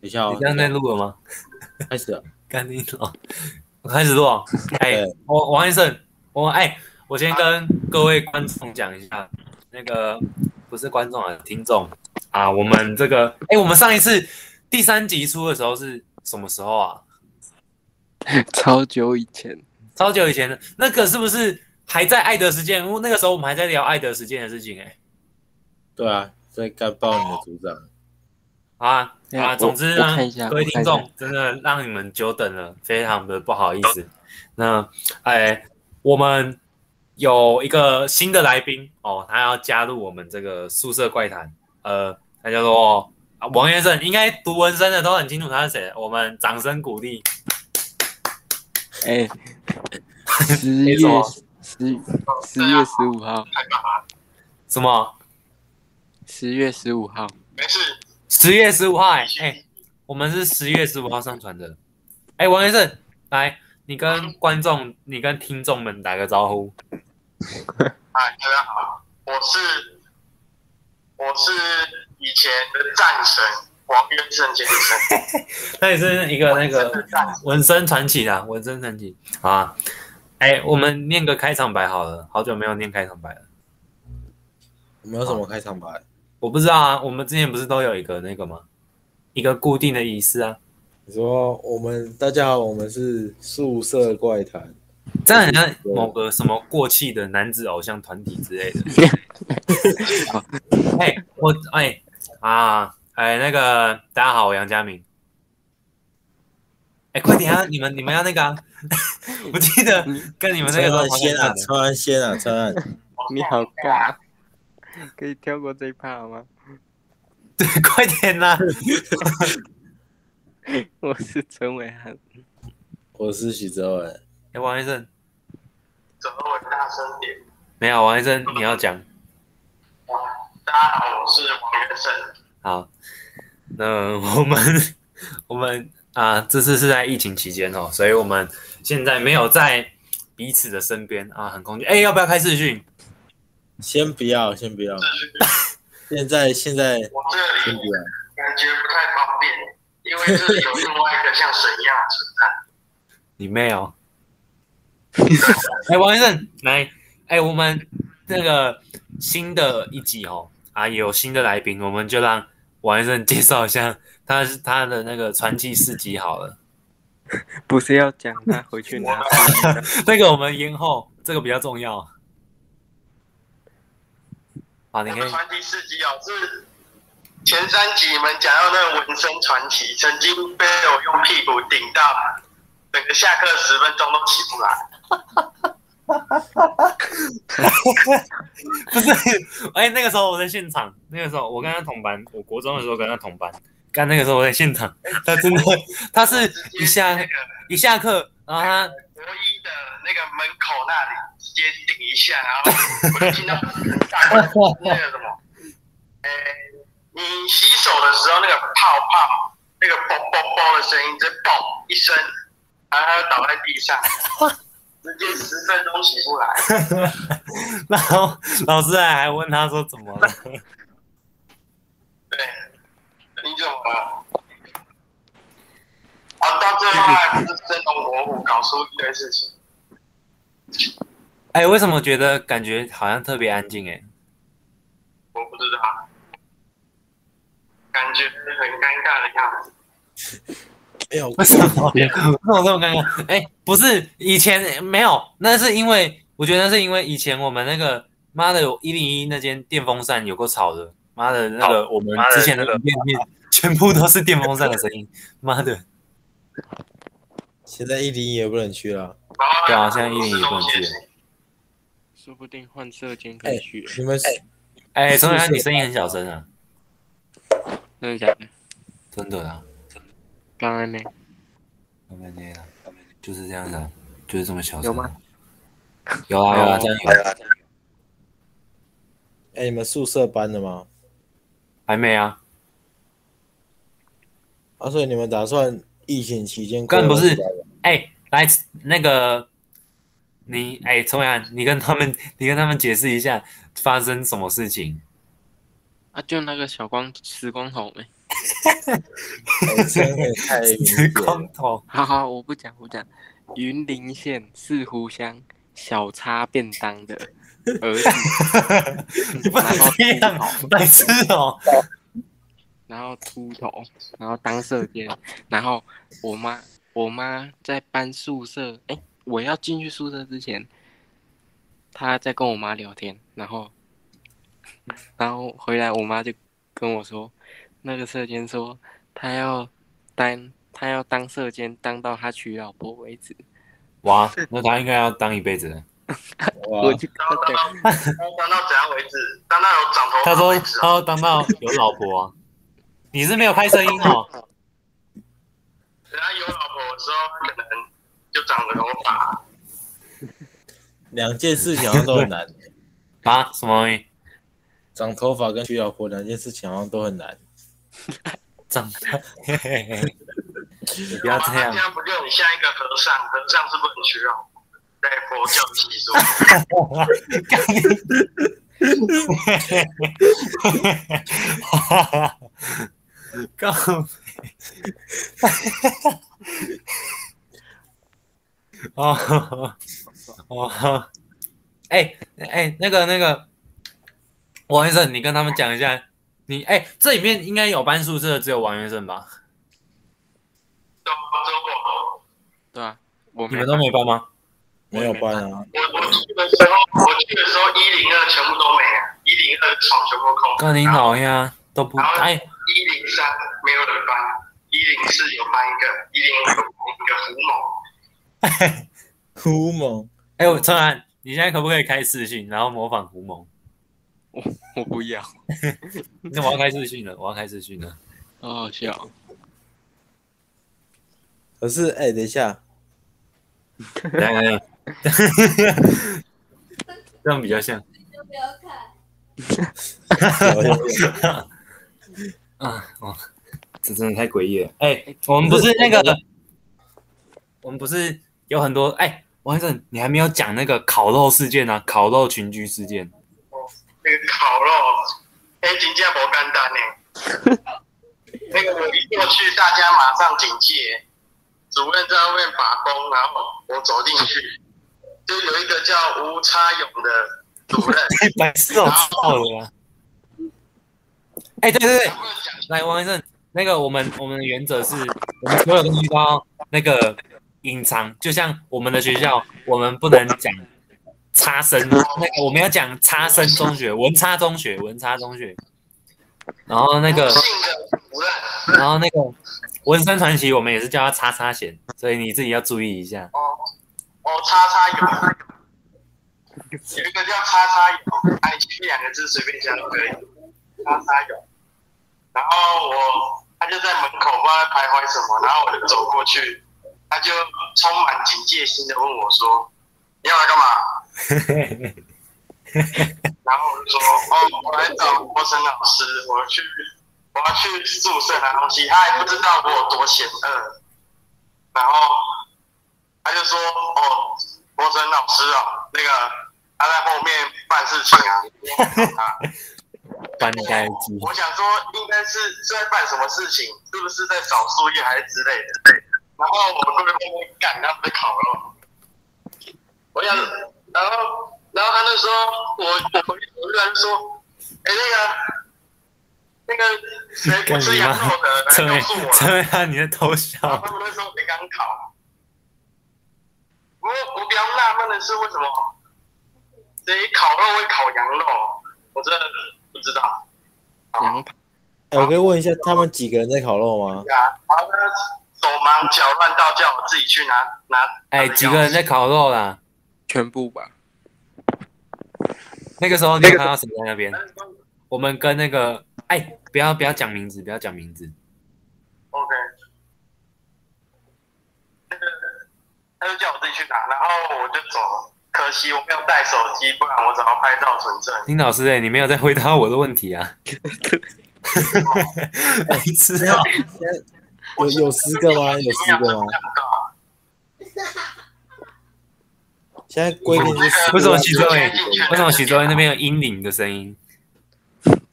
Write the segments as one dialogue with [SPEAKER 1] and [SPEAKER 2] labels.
[SPEAKER 1] 一下
[SPEAKER 2] 你
[SPEAKER 1] 哦，
[SPEAKER 2] 刚才录了吗？
[SPEAKER 1] 开始了。
[SPEAKER 2] 干你老！我开始录 哦。哎
[SPEAKER 1] 对，
[SPEAKER 2] 我王医生，我哎，我先跟各位观众讲一下，那个不是观众啊，听众啊，我们这个哎，我们上一次第三集出的时候是什么时候啊？
[SPEAKER 3] 超久以前，
[SPEAKER 2] 超久以前的，那个是不是还在爱德实践？那个时候我们还在聊爱德实践的事情哎、
[SPEAKER 1] 对啊，在干爆你的组长。
[SPEAKER 2] 啊
[SPEAKER 3] 对啊
[SPEAKER 2] 啊！
[SPEAKER 3] 我
[SPEAKER 2] 总之
[SPEAKER 3] 我
[SPEAKER 2] 呢
[SPEAKER 3] 看一下，
[SPEAKER 2] 各位
[SPEAKER 3] 我看
[SPEAKER 2] 听
[SPEAKER 3] 一下
[SPEAKER 2] 众真的让你们久等了，非常的不好意思。那哎，我们有一个新的来宾哦，他要加入我们这个宿舍怪谈，呃，他叫做啊王先生，应该读纹身的都很清楚他是谁，我们掌声鼓励。
[SPEAKER 3] 哎、 十
[SPEAKER 2] 没
[SPEAKER 3] 月
[SPEAKER 2] 错
[SPEAKER 3] 十十月十五号，
[SPEAKER 2] 什么？
[SPEAKER 3] 十月十五号，
[SPEAKER 4] 没事，
[SPEAKER 2] 十月十五号、哎哎，我们是十月十五号上传的。哎，王先生，来，你跟观众、你跟听众们打个招呼。
[SPEAKER 4] 嗨，大家好，我是我是以前的战神王渊胜先 生，
[SPEAKER 2] 那也是一个那个纹身传奇的纹身传奇啊！哎、我们念个开场白好了，好久没有念开场白了。
[SPEAKER 1] 我们有什么开场白？
[SPEAKER 2] 我不知道啊，我们之前不是都有一个那个吗？一个固定的仪式啊，
[SPEAKER 1] 你说我们大家好，我们是宿舍怪谈。
[SPEAKER 2] 这样很像某个什么过气的男子偶像团体之类的。哎、我哎、啊哎、那个大家好，我杨佳明。哎、快点啊！你们你们要那个、啊， 我记得跟你们那个时候
[SPEAKER 1] 川先啊，川先 啊，川。
[SPEAKER 3] 你好尬，可以跳过这一趴好吗？
[SPEAKER 2] 对，快点啊啦、
[SPEAKER 3] 我是陈伟汉，
[SPEAKER 1] 我是许哲文。
[SPEAKER 2] 哎、王医生，
[SPEAKER 4] 怎么我大声点？
[SPEAKER 2] 没有，王医生你要讲
[SPEAKER 4] 大家好，我是王渊胜，
[SPEAKER 2] 好。那我们 我们啊、这次是在疫情期间哦，所以我们现在没有在彼此的身边啊，很空虚。哎、要不要开视讯？
[SPEAKER 1] 先不要，先不要。现在现在
[SPEAKER 4] 我这
[SPEAKER 1] 先不
[SPEAKER 4] 里
[SPEAKER 1] 要。
[SPEAKER 4] 感觉不太方便，因为这里有另外一个像神一样的存在。
[SPEAKER 2] 你没有？ 哎、王医生来，哎、我们那个新的一集哦啊，也有新的来宾，我们就让王医生介绍一下他是他的那个传奇事迹好了。
[SPEAKER 3] 不是要讲他回去拿 书的，
[SPEAKER 2] 那个我们延后，这个比较重要。 啊好，你
[SPEAKER 4] 我
[SPEAKER 2] 可
[SPEAKER 4] 们
[SPEAKER 2] 以
[SPEAKER 4] 传奇四集哦，是前三集你们讲到那个纹身传奇，曾经被我用屁股顶到，整个下课十分钟都起不来。
[SPEAKER 2] 不是？哎、那个时候我在现场，那个时候我跟他同班，我国中的时候跟他同班，干那个时候我在现场，他真的，他是一下
[SPEAKER 4] 那个
[SPEAKER 2] 一下课，然后他
[SPEAKER 4] 国一的那个门口那里直接顶一下，然后我就听到很大的那个什么，呃，你洗手的时候那个泡泡那个啵啵啵的声音，直接嘣一声，然后他就倒在地上，直接十分钟起不来。
[SPEAKER 2] 然后老师还还问他说怎么了？
[SPEAKER 4] 对，你怎么了？啊，到最后还不是生龙活虎，搞出一堆事情。
[SPEAKER 2] 哎、为什么觉得感觉好像特别安静、哎，
[SPEAKER 4] 我不知道，感觉很尴尬的样子。
[SPEAKER 1] 哎呦，
[SPEAKER 2] 为什么？为什 么这么尴尬？哎、不是以前没有，那是因为我觉得那是因为以前我们那个妈的一零一那间电风扇有够吵的，妈的那个我们之前的影片里面全部都是电风扇的声音，妈的，
[SPEAKER 1] 现在一零一也不能去了。
[SPEAKER 4] 然后
[SPEAKER 2] 对啊现在一零一不能去
[SPEAKER 3] 说不定换射箭
[SPEAKER 1] 可以
[SPEAKER 3] 去，
[SPEAKER 1] 你们
[SPEAKER 2] 哎、陈伟汉你声音很小声啊，
[SPEAKER 3] 真的假的？
[SPEAKER 2] 真的啊，
[SPEAKER 3] 刚刚呢？
[SPEAKER 2] 我感觉啊就是这样子、啊，就是这么小声、
[SPEAKER 3] 有吗？
[SPEAKER 2] 有啊有啊，这样有啊，
[SPEAKER 1] 哎，你们宿舍搬了吗？
[SPEAKER 2] 还没啊，
[SPEAKER 1] 啊，所以你们打算疫情期间
[SPEAKER 2] 根本不是
[SPEAKER 1] 过来吗
[SPEAKER 2] 哎、来那个你哎，陈伟汉，你跟他们你跟他们解释一下发生什么事情。
[SPEAKER 3] 啊，就那个小光时光筒呗、
[SPEAKER 1] 哎真的太明
[SPEAKER 2] 吃
[SPEAKER 1] 显
[SPEAKER 2] 光
[SPEAKER 1] 了。
[SPEAKER 2] 头，
[SPEAKER 3] 好好，我不讲，我不讲。云林县四湖乡小叉便当的儿子，
[SPEAKER 2] 你不能这样
[SPEAKER 3] 然后秃头，
[SPEAKER 2] 白痴哦！
[SPEAKER 3] 然后秃头，然后当射箭，然后我妈，我妈在搬宿舍，哎、我要进去宿舍之前，她在跟我妈聊天，然后，然后回来，我妈就跟我说，那个射箭说他要当他要当射箭，当到他娶老婆为止。
[SPEAKER 2] 哇，那他应该要当一辈子的。
[SPEAKER 3] 我
[SPEAKER 1] 哇，
[SPEAKER 3] 就跟
[SPEAKER 4] 当
[SPEAKER 3] 他
[SPEAKER 4] 当
[SPEAKER 3] 讲，
[SPEAKER 4] 到当到怎样为止？当到有长头
[SPEAKER 2] 他
[SPEAKER 4] 发
[SPEAKER 2] 说
[SPEAKER 4] 为止
[SPEAKER 2] 他
[SPEAKER 4] 哦。
[SPEAKER 2] 要当到有老婆啊，你是没有开声音哦。
[SPEAKER 4] 然后有老婆的时候，可能就长个头发。
[SPEAKER 1] 两件事情好像都很难，
[SPEAKER 2] 啊，什么东西？
[SPEAKER 1] 长头发跟娶老婆两件事情好像都很难。
[SPEAKER 2] 长大，嘿嘿嘿你不要这
[SPEAKER 4] 那
[SPEAKER 2] 样
[SPEAKER 4] 这。样不就很像一个和尚？和尚是不能娶老婆，在佛教习 俗。
[SPEAKER 2] 告哦哦，哎哎，那个那个，王先生，你跟他们讲一下，你哎、这里面应该有搬宿舍的只有王先生吧？
[SPEAKER 4] 都都过。
[SPEAKER 3] 对啊，我
[SPEAKER 2] 你
[SPEAKER 3] 没
[SPEAKER 2] 们都没搬吗？
[SPEAKER 1] 没有办啊，
[SPEAKER 4] 我我去的时候，我去的时候一零二全部都没了，一零二床全部空。
[SPEAKER 2] 哥，你老呀，都不哎，
[SPEAKER 4] 一零三没有人搬，一零四有搬一个，一零五有搬一个胡某。
[SPEAKER 1] 哭猛，
[SPEAKER 2] 哎，我陈然，你现在可不可以开视讯，然后模仿胡蒙？
[SPEAKER 3] 我不要，
[SPEAKER 2] 那我要开视讯了，我要开视讯 了。
[SPEAKER 3] 好好笑。
[SPEAKER 1] 可是哎、等一 下，
[SPEAKER 2] 等一下等一下 这样比较像。
[SPEAKER 5] 就不要看。
[SPEAKER 1] 有有有
[SPEAKER 2] 啊，哦，这真的太诡异了。哎、我们不是那个，我们不是有很多哎、王先生，你还没有讲那个烤肉事件啊，烤肉群居事件。
[SPEAKER 4] 那个烤肉，哎、真正无简单呢。那个我一过去，大家马上警戒，主任在外面把风，然后我走进去，就有一个叫吴差勇的主任，
[SPEAKER 2] 太哎白痴 我操了啦！啊哎、对对对，
[SPEAKER 4] 他会讲
[SPEAKER 2] 来，王先生，那个我们我们的原则是，我们所有东西都要那个隐藏，就像我们的学校，我们不能讲差生，那个我们要讲差生中学、文差中学、文差中学，然后那个，
[SPEAKER 4] 姓的主任，
[SPEAKER 2] 然后那个文山传奇，我们也是叫他叉叉贤，所以你自己要注意一下。
[SPEAKER 4] 哦哦，叉叉勇，有一个叫叉叉勇，IG 两个字随便讲都可以，叉叉勇。然后我他就在门口不知道在徘徊什么，然后我就走过去，他就充满警戒心的问我说：“你要来干嘛？”然后我就说：“哦，我来找郭晨老师，我去我要去宿舍拿东西。”他还不知道我有多险恶，然后他就说：“哦，郭晨老师哦，那个他在后面办事情啊。”
[SPEAKER 2] 搬该机，
[SPEAKER 4] 我想说，应该是是在办什么事情，是不是在扫树叶还是之类的？对。然后我们就后面干他们的烤肉。我想，然后然后他就说，我我回去突然说，哎、那个那个谁不吃羊肉 的
[SPEAKER 2] 陈
[SPEAKER 4] 来
[SPEAKER 2] 伟
[SPEAKER 4] 告诉我，
[SPEAKER 2] 陈伟啊，你在偷
[SPEAKER 4] 然
[SPEAKER 2] 笑
[SPEAKER 4] 后。他们那时候没敢考。我我比较纳闷的是，为什么谁烤肉会烤羊肉？我真的不知道。
[SPEAKER 3] 羊排
[SPEAKER 1] 哎我可以问一下，他们几个人在烤肉吗？
[SPEAKER 4] 对啊，然后他手忙脚乱到叫我自己去拿拿。
[SPEAKER 2] 哎、几个人在烤肉啦？
[SPEAKER 3] 全部吧，
[SPEAKER 2] 那个时候你有看到谁在那边？
[SPEAKER 4] 拿？
[SPEAKER 2] 我们跟那个哎，不要不要讲名字，不要讲名字。
[SPEAKER 4] OK。那个他就叫我自己去拿，然后我就走了。可惜我没有带手机，不然我早要拍照存证。
[SPEAKER 2] 丁老师哎、你没有在回答我的问题啊！ 白痴啊！
[SPEAKER 1] 有有十个吗？有十个吗？现在规定是十个
[SPEAKER 2] 为什么徐
[SPEAKER 1] 其
[SPEAKER 2] 州哎？为什么徐州哎那边有阴灵的声音？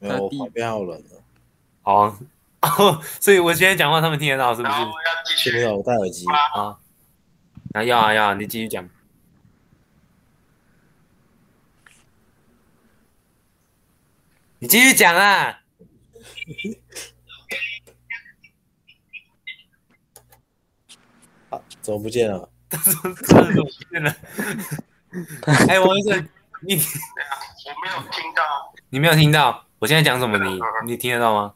[SPEAKER 1] 哦没有，我旁边还有人呢。
[SPEAKER 2] 好，哦，所以我今天讲话他们听得到是不
[SPEAKER 4] 然
[SPEAKER 2] 是？
[SPEAKER 4] 后要继
[SPEAKER 1] 听
[SPEAKER 4] 续
[SPEAKER 1] 不到我戴耳机，
[SPEAKER 2] 啊，啊要啊要啊，你继续讲。你继续讲啊！
[SPEAKER 1] 怎么不见了？
[SPEAKER 2] 真的是我变了。 哎，王医生，你
[SPEAKER 4] 我没有听到，
[SPEAKER 2] 你没有听到我现在讲什么你？你听得到吗？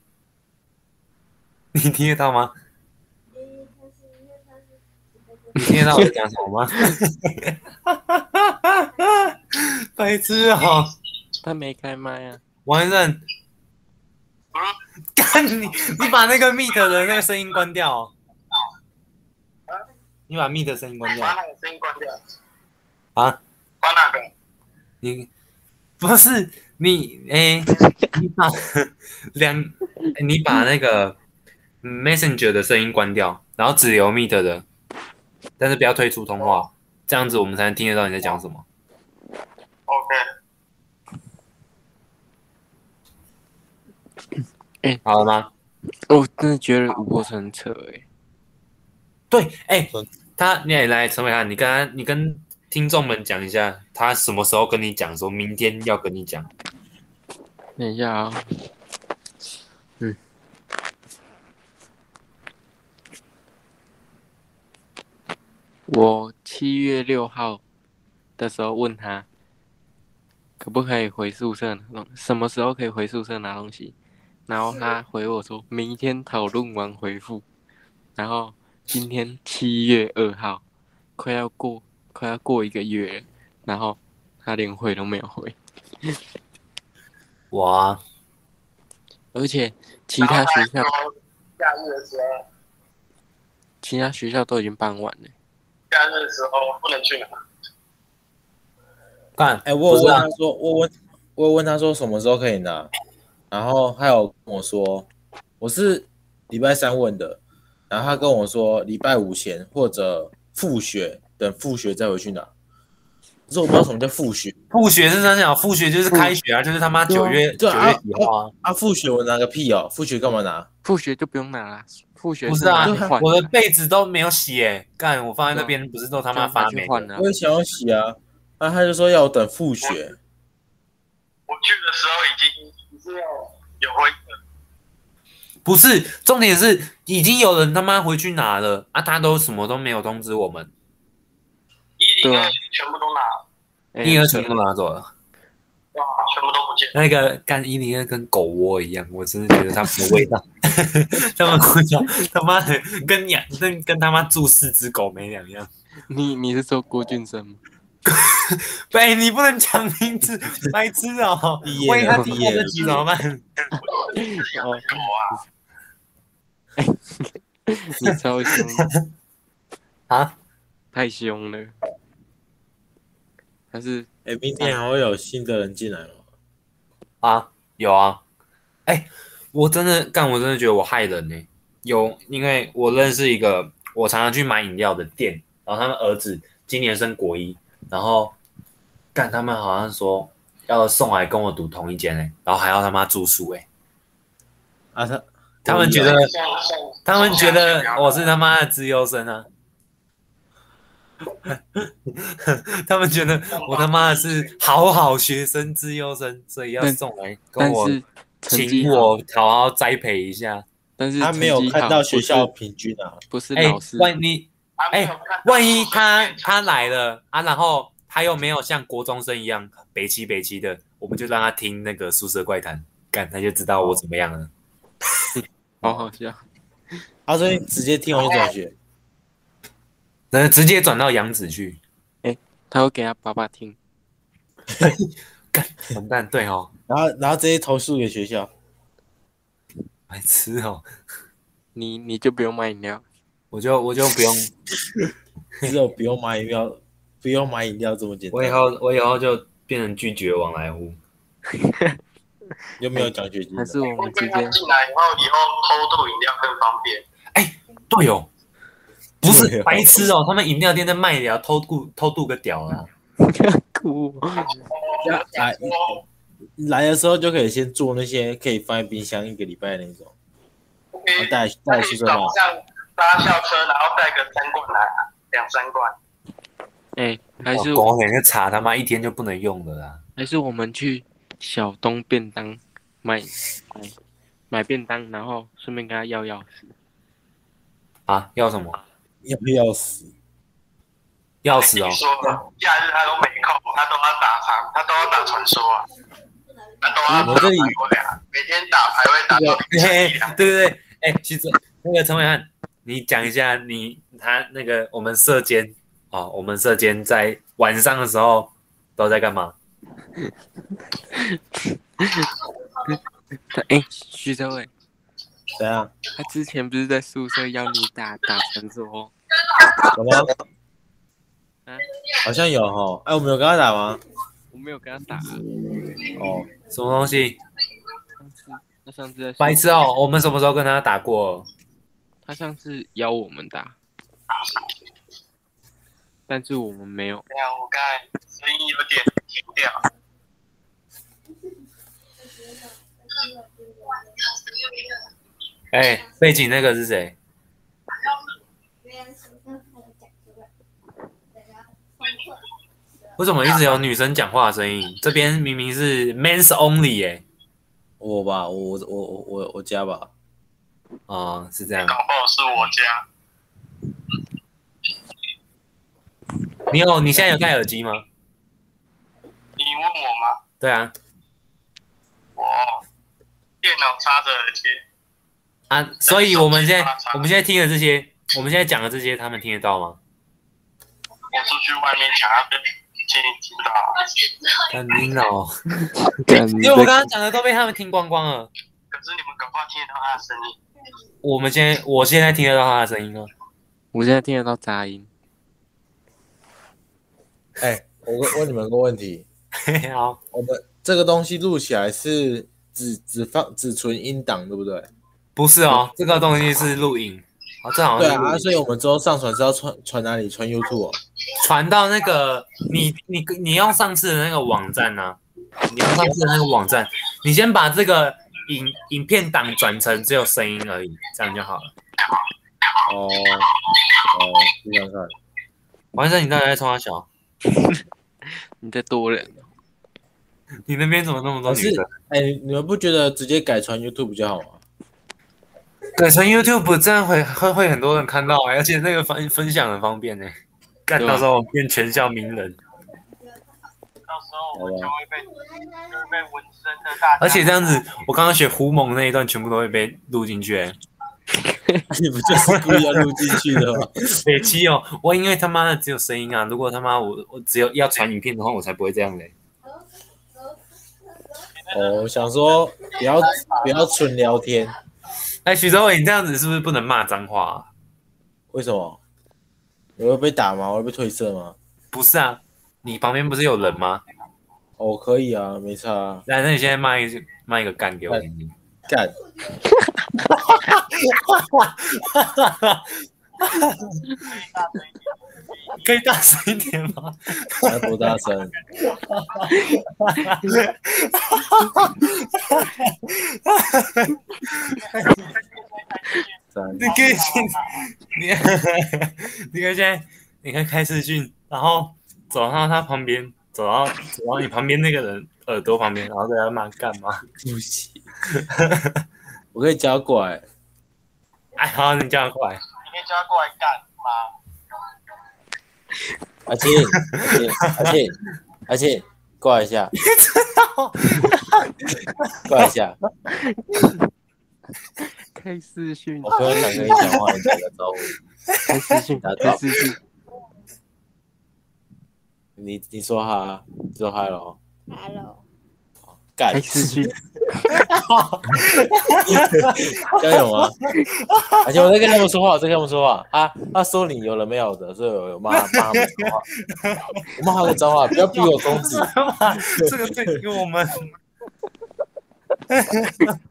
[SPEAKER 2] 你听得到吗？你听得到我在讲什么吗？ 白痴哦、
[SPEAKER 3] 他没开麦啊，
[SPEAKER 2] 王先生，干你！你把那个 Meet 的那个声音关掉、哦。你把 Meet 的声音关掉
[SPEAKER 4] 把那个声音关掉，
[SPEAKER 2] 啊！
[SPEAKER 4] 把那个
[SPEAKER 2] 你不是你哎、你把两、哎你把那个 Messenger 的声音关掉，然后只留 Meet 的，但是不要退出通话，这样子我们才能听得到你在讲什么。
[SPEAKER 4] OK，
[SPEAKER 2] 好了吗？
[SPEAKER 3] 哦，真的觉得吴柏成很扯哎，
[SPEAKER 2] 对，哎、
[SPEAKER 1] 嗯
[SPEAKER 2] 他你也来陈伟汉，你跟他，你跟听众们讲一下，他什么时候跟你讲，说明天要跟你讲。
[SPEAKER 3] 等一下啊，嗯，我七月六号的时候问他，可不可以回宿舍拿东，什么时候可以回宿舍拿东西，然后他回我说明天讨论完回复，然后今天七月二号，快要过快要过一个月了，然后他连回都没有回。
[SPEAKER 2] 我啊，
[SPEAKER 3] 而且其他学校
[SPEAKER 4] 然后假日的时候，
[SPEAKER 3] 其他学校都已经办完了。
[SPEAKER 4] 假日的时候不能去哪，
[SPEAKER 2] 干，
[SPEAKER 1] 哎、我有
[SPEAKER 2] 不是
[SPEAKER 1] 问
[SPEAKER 2] 啊
[SPEAKER 1] 他说，我问，我有问他说什么时候可以拿，然后他有跟我说，我是礼拜三问的，然后他跟我说礼拜五前或者复学，等复学再回去拿。可是我不知道什么叫复学
[SPEAKER 2] 复学是这样，复学就是开学啊，就是他妈
[SPEAKER 3] 对啊
[SPEAKER 2] 九月九
[SPEAKER 1] 对啊
[SPEAKER 2] 月几号啊？
[SPEAKER 1] 啊，复学我拿个屁哦，复学干嘛拿？
[SPEAKER 3] 复学就不用拿了，复学
[SPEAKER 2] 不是啊
[SPEAKER 3] 拿去换
[SPEAKER 2] 我的被子都没有洗、哎，干，我放
[SPEAKER 1] 啊
[SPEAKER 2] 在那边不是都他
[SPEAKER 3] 他
[SPEAKER 2] 妈发霉
[SPEAKER 3] 去？换了
[SPEAKER 1] 我。也想要洗啊，啊，他就说要我等复学，
[SPEAKER 4] 我去的时候已经已经有有回
[SPEAKER 2] 不是，重点是已经有人他妈回去拿了啊，他都什么都没有通知我们，
[SPEAKER 4] 一零
[SPEAKER 3] 对啊
[SPEAKER 4] 二全部都拿，
[SPEAKER 3] 哎
[SPEAKER 2] 一二全部都拿走了。
[SPEAKER 4] 哇，全部都不见。
[SPEAKER 2] 那个干一零二跟狗窝一样，我真的觉得他们的味道， 他们味道他妈的跟养跟跟他妈住四只狗没两样。
[SPEAKER 3] 你你是说郭俊生吗？
[SPEAKER 2] 喂，你不能讲名字，白痴哦、
[SPEAKER 1] 毕业了
[SPEAKER 2] 万一他听
[SPEAKER 1] 毕
[SPEAKER 2] 到
[SPEAKER 1] 业
[SPEAKER 2] 这
[SPEAKER 1] 了
[SPEAKER 2] 集怎么办？
[SPEAKER 3] 哦，
[SPEAKER 4] 我啊，
[SPEAKER 3] 你超凶，
[SPEAKER 2] 啊，
[SPEAKER 3] 太凶了。但是
[SPEAKER 1] 哎、明天还会有新的人进来吗？
[SPEAKER 2] 啊，有啊，哎、我真的干，我真的觉得我害人呢、有，因为我认识一个我常常去买饮料的店，然后他们儿子今年升国一，然后干他们好像说要送来跟我读同一间哎、然后还要他妈住宿哎、
[SPEAKER 1] 啊，他
[SPEAKER 2] 他们觉得
[SPEAKER 4] 像像
[SPEAKER 2] 他们觉得
[SPEAKER 4] 哦
[SPEAKER 2] 我是他妈的自优生啊， 他们觉得我他妈的是好好学生自优生，所以要
[SPEAKER 3] 但
[SPEAKER 2] 送来跟
[SPEAKER 3] 但
[SPEAKER 2] 我
[SPEAKER 3] 是成绩
[SPEAKER 2] 请
[SPEAKER 3] 好，
[SPEAKER 2] 我好好栽培一下。
[SPEAKER 3] 但是
[SPEAKER 1] 他没有
[SPEAKER 3] 成绩好
[SPEAKER 1] 看到学校
[SPEAKER 3] 不
[SPEAKER 1] 平均啊，
[SPEAKER 3] 是不是
[SPEAKER 2] 哎、
[SPEAKER 3] 老师，
[SPEAKER 2] 万一
[SPEAKER 4] 啊
[SPEAKER 2] 哎万一他他来了啊，然后他又没有像国中生一样北七北七的，我们就让他听那个宿舍怪谈，干他就知道我怎么样了。
[SPEAKER 3] 好好笑。
[SPEAKER 1] 他说你直接听我就转学，
[SPEAKER 2] 那直接转到杨子去，
[SPEAKER 3] 他会给他爸爸听，
[SPEAKER 2] 完蛋，对哦，
[SPEAKER 1] 然后然后直接投诉给学校。
[SPEAKER 2] 白痴哦。
[SPEAKER 3] 你你就不用买饮料。
[SPEAKER 2] 我就我就不用，
[SPEAKER 1] 只有不用买饮料，不用买饮料这么简单。
[SPEAKER 2] 我以后我以后就变成拒绝往来户。
[SPEAKER 1] 又没有奖学金
[SPEAKER 3] 还
[SPEAKER 1] 的，
[SPEAKER 3] 是我
[SPEAKER 4] 我
[SPEAKER 3] 们直
[SPEAKER 4] 跟
[SPEAKER 3] 接
[SPEAKER 4] 他 进来以后，以后偷渡饮料更方便。
[SPEAKER 2] 对哦， 不
[SPEAKER 1] 对
[SPEAKER 2] 是
[SPEAKER 1] 哦
[SPEAKER 2] 白痴哦，他们饮料店在卖聊啊偷渡偷渡个屌啊！
[SPEAKER 3] 哭？
[SPEAKER 1] 要来
[SPEAKER 4] 我
[SPEAKER 1] 来的时候就可以先做那些可以放在冰箱一个礼拜的那种，然后
[SPEAKER 4] ，OK，
[SPEAKER 1] 带带去宿舍
[SPEAKER 4] 早
[SPEAKER 1] 拿。
[SPEAKER 4] 上搭校车，然后带个三罐来，啊两三罐。
[SPEAKER 3] 哎、还
[SPEAKER 1] 哦
[SPEAKER 3] 是
[SPEAKER 2] 狗脸那茶他妈一天就不能用的啦。
[SPEAKER 3] 还是我们去小东便当买买买便当，然后顺便跟他要钥匙。
[SPEAKER 2] 啊，要什么？
[SPEAKER 1] 要不要死？
[SPEAKER 2] 钥匙 哦
[SPEAKER 4] 哎你，说了，假日他都没空，他都要打长，他都要打传说啊，他都要打
[SPEAKER 1] 我这里
[SPEAKER 4] 排位啊，每天打排位打到凌晨一
[SPEAKER 2] 嘿
[SPEAKER 4] 两
[SPEAKER 2] 嘿，对对对，哎、其实那个陈伟汉，你讲一下你他那个我们射箭哦，我们射箭在晚上的时候都在干嘛？
[SPEAKER 3] 他哎，徐哲伟，
[SPEAKER 1] 怎样？
[SPEAKER 3] 他之前不是在宿舍要你打打传说？
[SPEAKER 1] 有吗
[SPEAKER 3] 啊？
[SPEAKER 1] 好像有哈。哎、我们有跟他打吗？
[SPEAKER 3] 我没有跟他打、啊，
[SPEAKER 1] 哦，
[SPEAKER 2] 什么东西？
[SPEAKER 3] 上次他上次在宿
[SPEAKER 2] 白痴哦，我们什么时候跟他打过？
[SPEAKER 3] 他上次邀我们打，但是我们没有。
[SPEAKER 4] 这样我刚才声音有点停掉，
[SPEAKER 2] 嗯哎、背景那个是谁？为什么一直有女生讲话的声音？这边明明是 men's only 哎、
[SPEAKER 1] 我吧，我我我我我家吧。
[SPEAKER 2] 哦，是这样。
[SPEAKER 4] 搞不好是我家，
[SPEAKER 2] 你有你现在有戴耳机吗？
[SPEAKER 4] 你问我吗？
[SPEAKER 2] 对啊，
[SPEAKER 4] 我电脑插着耳机，
[SPEAKER 2] 啊，所以我们现在我们现在听的这些，我们现在讲的这些，他们听得到吗？
[SPEAKER 4] 我出去外面抢，他被听听到啊，
[SPEAKER 2] 很听哦，
[SPEAKER 3] 因
[SPEAKER 2] 因为我刚刚讲的都被他们听光光了。
[SPEAKER 4] 可是你们搞不好听得到他的声音，
[SPEAKER 2] 我们现在我现在听得到他的声音吗？
[SPEAKER 3] 我现在听得到杂音。
[SPEAKER 1] 哎、我问问你们个问题，
[SPEAKER 2] 嘿嘿好，
[SPEAKER 1] 我们这个东西录起来是只只放只存音档，对不对？
[SPEAKER 2] 不是哦，这个东西是录影，哦，这好
[SPEAKER 1] 对
[SPEAKER 2] 像是录
[SPEAKER 1] 啊，
[SPEAKER 2] 影
[SPEAKER 1] 所以我们之后上传是要传传哪里？传 YouTube 哦。
[SPEAKER 2] 传到那个你你你用上次的那个网站呢、你用上次的那个网站，你先把这个影影片档转成只有声音而已，这样就好了。
[SPEAKER 1] 哦，哦，试看看。
[SPEAKER 2] 王先生，你到底在冲他小？
[SPEAKER 3] 你在多人，
[SPEAKER 2] 你那边怎么那么多
[SPEAKER 1] 可
[SPEAKER 2] 女
[SPEAKER 1] 是
[SPEAKER 2] 生？，
[SPEAKER 1] 哎、你们不觉得直接改传 YouTube 比较好 吗？
[SPEAKER 2] 改成 YouTube 这样会会会很多人看到、欸，而且那个分分享很方便呢、干
[SPEAKER 3] 对啊
[SPEAKER 2] 到时候我变全校名人，
[SPEAKER 4] 到时候我们就会被就会被纹身的大家，
[SPEAKER 2] 而且这样子，我刚刚学胡蒙那一段全部都会被录进去、欸，
[SPEAKER 1] 你不就是故意要录进去的 吗？
[SPEAKER 2] 北七哦，我因为他妈的只有声音啊，如果他妈我我只有要传影片的话，我才不会这样嘞、
[SPEAKER 1] 哦，我想说不要不要纯聊天，
[SPEAKER 2] 哎，徐哲伟，你这样子是不是不能骂脏话、啊？
[SPEAKER 1] 为什么？我会被打吗？我会被褪色吗？
[SPEAKER 2] 不是啊，你旁边不是有人吗？
[SPEAKER 1] 哦，可以啊，没差、啊。
[SPEAKER 2] 来，那你现在骂一句骂一个干给我听听。
[SPEAKER 1] 干，
[SPEAKER 2] 可以大声一点吗？
[SPEAKER 1] 要多大声？三
[SPEAKER 2] 你可以先，你你可以先，你可以开视讯，然后走到他旁边，走到走到你旁边那个人耳朵旁边，然后对他骂干嘛？
[SPEAKER 1] 不行，我可以加过来。
[SPEAKER 2] 哎，好，你这样过来，
[SPEAKER 4] 你可以叫他过来干
[SPEAKER 1] 阿庆，阿
[SPEAKER 4] 嘛？
[SPEAKER 1] 庆，阿庆，阿庆，过来一下。过来一下，
[SPEAKER 3] 开视讯
[SPEAKER 1] 我，朋友想跟你讲话，你打个招呼。
[SPEAKER 3] 开哦视讯，
[SPEAKER 1] 打
[SPEAKER 3] 开视讯。
[SPEAKER 1] 你你说哈，你说嗨喽，
[SPEAKER 5] Hello，
[SPEAKER 1] 干
[SPEAKER 3] 开，视讯，
[SPEAKER 1] 加油吗？而且我在跟他们说话，我在跟他们说话。他他说你有了没有的，所以我有骂骂他们脏话，我骂他们脏话，不要逼我终止。
[SPEAKER 2] 这个对于我们。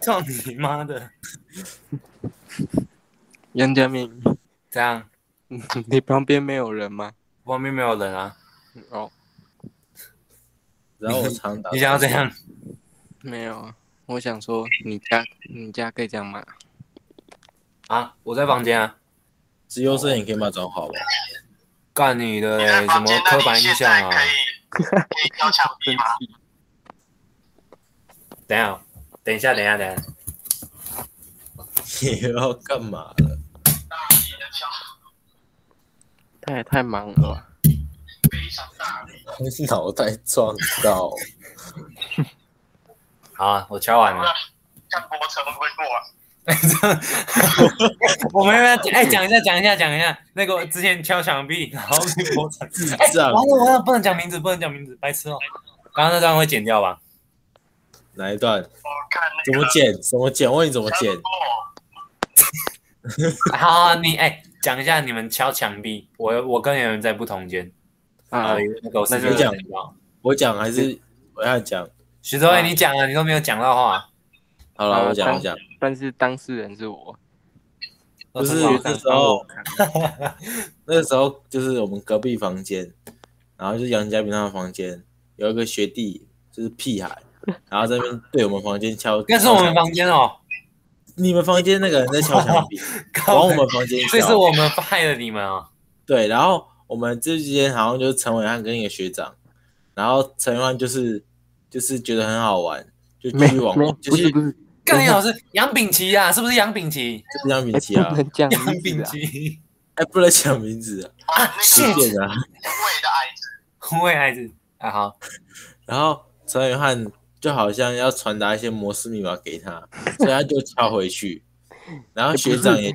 [SPEAKER 2] 操你妈的！
[SPEAKER 3] 杨家明，
[SPEAKER 2] 这样
[SPEAKER 3] 嗯你旁边没有人吗？
[SPEAKER 2] 旁边没有人啊，
[SPEAKER 3] 哦，
[SPEAKER 1] 然后我常
[SPEAKER 4] 呃
[SPEAKER 1] 打。
[SPEAKER 2] 你想要怎？样？
[SPEAKER 3] 没有啊，我想说你家你家可以这样骂，
[SPEAKER 4] 呃
[SPEAKER 2] 啊，我在房间啊，
[SPEAKER 1] 自由摄影可以骂脏话吧？
[SPEAKER 2] 干你的
[SPEAKER 4] 你
[SPEAKER 2] 嘞！
[SPEAKER 4] 在
[SPEAKER 2] 什
[SPEAKER 4] 房
[SPEAKER 2] 么
[SPEAKER 4] 间，那
[SPEAKER 2] 刻
[SPEAKER 4] 你
[SPEAKER 2] 板印
[SPEAKER 4] 现
[SPEAKER 2] 象
[SPEAKER 4] 在
[SPEAKER 2] 啊？
[SPEAKER 4] 可以可以敲墙壁 吗？
[SPEAKER 2] 等一下，等一下，等一下，等一下，
[SPEAKER 1] 你要干嘛了？
[SPEAKER 4] 大力的敲，
[SPEAKER 3] 他也太忙了吧？
[SPEAKER 4] 非常大力。
[SPEAKER 1] 脑袋撞到，
[SPEAKER 2] 好啊，我敲
[SPEAKER 4] 呃
[SPEAKER 2] 完了。
[SPEAKER 4] 看博成会过啊，
[SPEAKER 2] 我们要哎讲一下，讲一下，讲一下。那个之前敲墙壁，然后被 破产，
[SPEAKER 1] 智
[SPEAKER 2] 哎
[SPEAKER 1] 障
[SPEAKER 2] 完了完了，不能讲名字，不能讲名字，白痴哦。刚刚那段会剪掉吧？
[SPEAKER 1] 哪一段？
[SPEAKER 4] 我看那
[SPEAKER 1] 怎
[SPEAKER 4] 个
[SPEAKER 1] 么剪？怎么剪？问你怎么剪？
[SPEAKER 4] 哦，
[SPEAKER 2] 好啊、你哎讲一下你们敲墙壁，我我跟你们在不同间。
[SPEAKER 3] 啊
[SPEAKER 2] 啊，，那个我是
[SPEAKER 3] 那就
[SPEAKER 2] 没有
[SPEAKER 1] 讲
[SPEAKER 2] 剪到。
[SPEAKER 1] 我讲还是我要讲？
[SPEAKER 2] 徐哲伟，
[SPEAKER 3] 啊
[SPEAKER 2] 你讲啊，你都没有讲到话。
[SPEAKER 1] 好了，
[SPEAKER 3] 啊
[SPEAKER 1] 我讲
[SPEAKER 3] 当
[SPEAKER 1] 我讲。
[SPEAKER 3] 但是当事人是我，
[SPEAKER 1] 不是
[SPEAKER 2] 都
[SPEAKER 1] 有
[SPEAKER 2] 好
[SPEAKER 1] 那
[SPEAKER 2] 看
[SPEAKER 1] 时候， 那时候就是我们隔壁房间，然后就是杨家平他们房间有一个学弟，就是屁孩， 然后在那边对我们房间敲。
[SPEAKER 2] 那是我们
[SPEAKER 1] 敲墙
[SPEAKER 2] 房 间哦，
[SPEAKER 1] 你们房间那个人在敲 墙壁，往我们房间
[SPEAKER 2] 所以是
[SPEAKER 1] 敲。
[SPEAKER 2] 我们害了你们 哦。
[SPEAKER 1] 对，然后我们之间好像就是陈伟汉跟一个学长，然后陈伟汉就是就是觉得很好玩，就继
[SPEAKER 3] 没
[SPEAKER 1] 续往
[SPEAKER 3] 没
[SPEAKER 1] 就
[SPEAKER 3] 不
[SPEAKER 1] 是
[SPEAKER 3] 是不是，
[SPEAKER 2] 干你老师杨秉琦啊，是不是杨秉琦？
[SPEAKER 1] 不讲名
[SPEAKER 3] 哎
[SPEAKER 1] 字啊
[SPEAKER 3] 不，能这样
[SPEAKER 2] 杨
[SPEAKER 3] 意思
[SPEAKER 2] 秉
[SPEAKER 3] 啊，
[SPEAKER 2] 琦，
[SPEAKER 1] 哎，不能讲名字啊，
[SPEAKER 4] 哇那个
[SPEAKER 2] 是
[SPEAKER 1] 随
[SPEAKER 4] 陈
[SPEAKER 1] 便啊。
[SPEAKER 4] 伟的矮子，
[SPEAKER 2] 我也孩子啊好。
[SPEAKER 1] 然后陈宇翰就好像要传达一些摩斯密码给他，所以他就敲回去。然后学长也，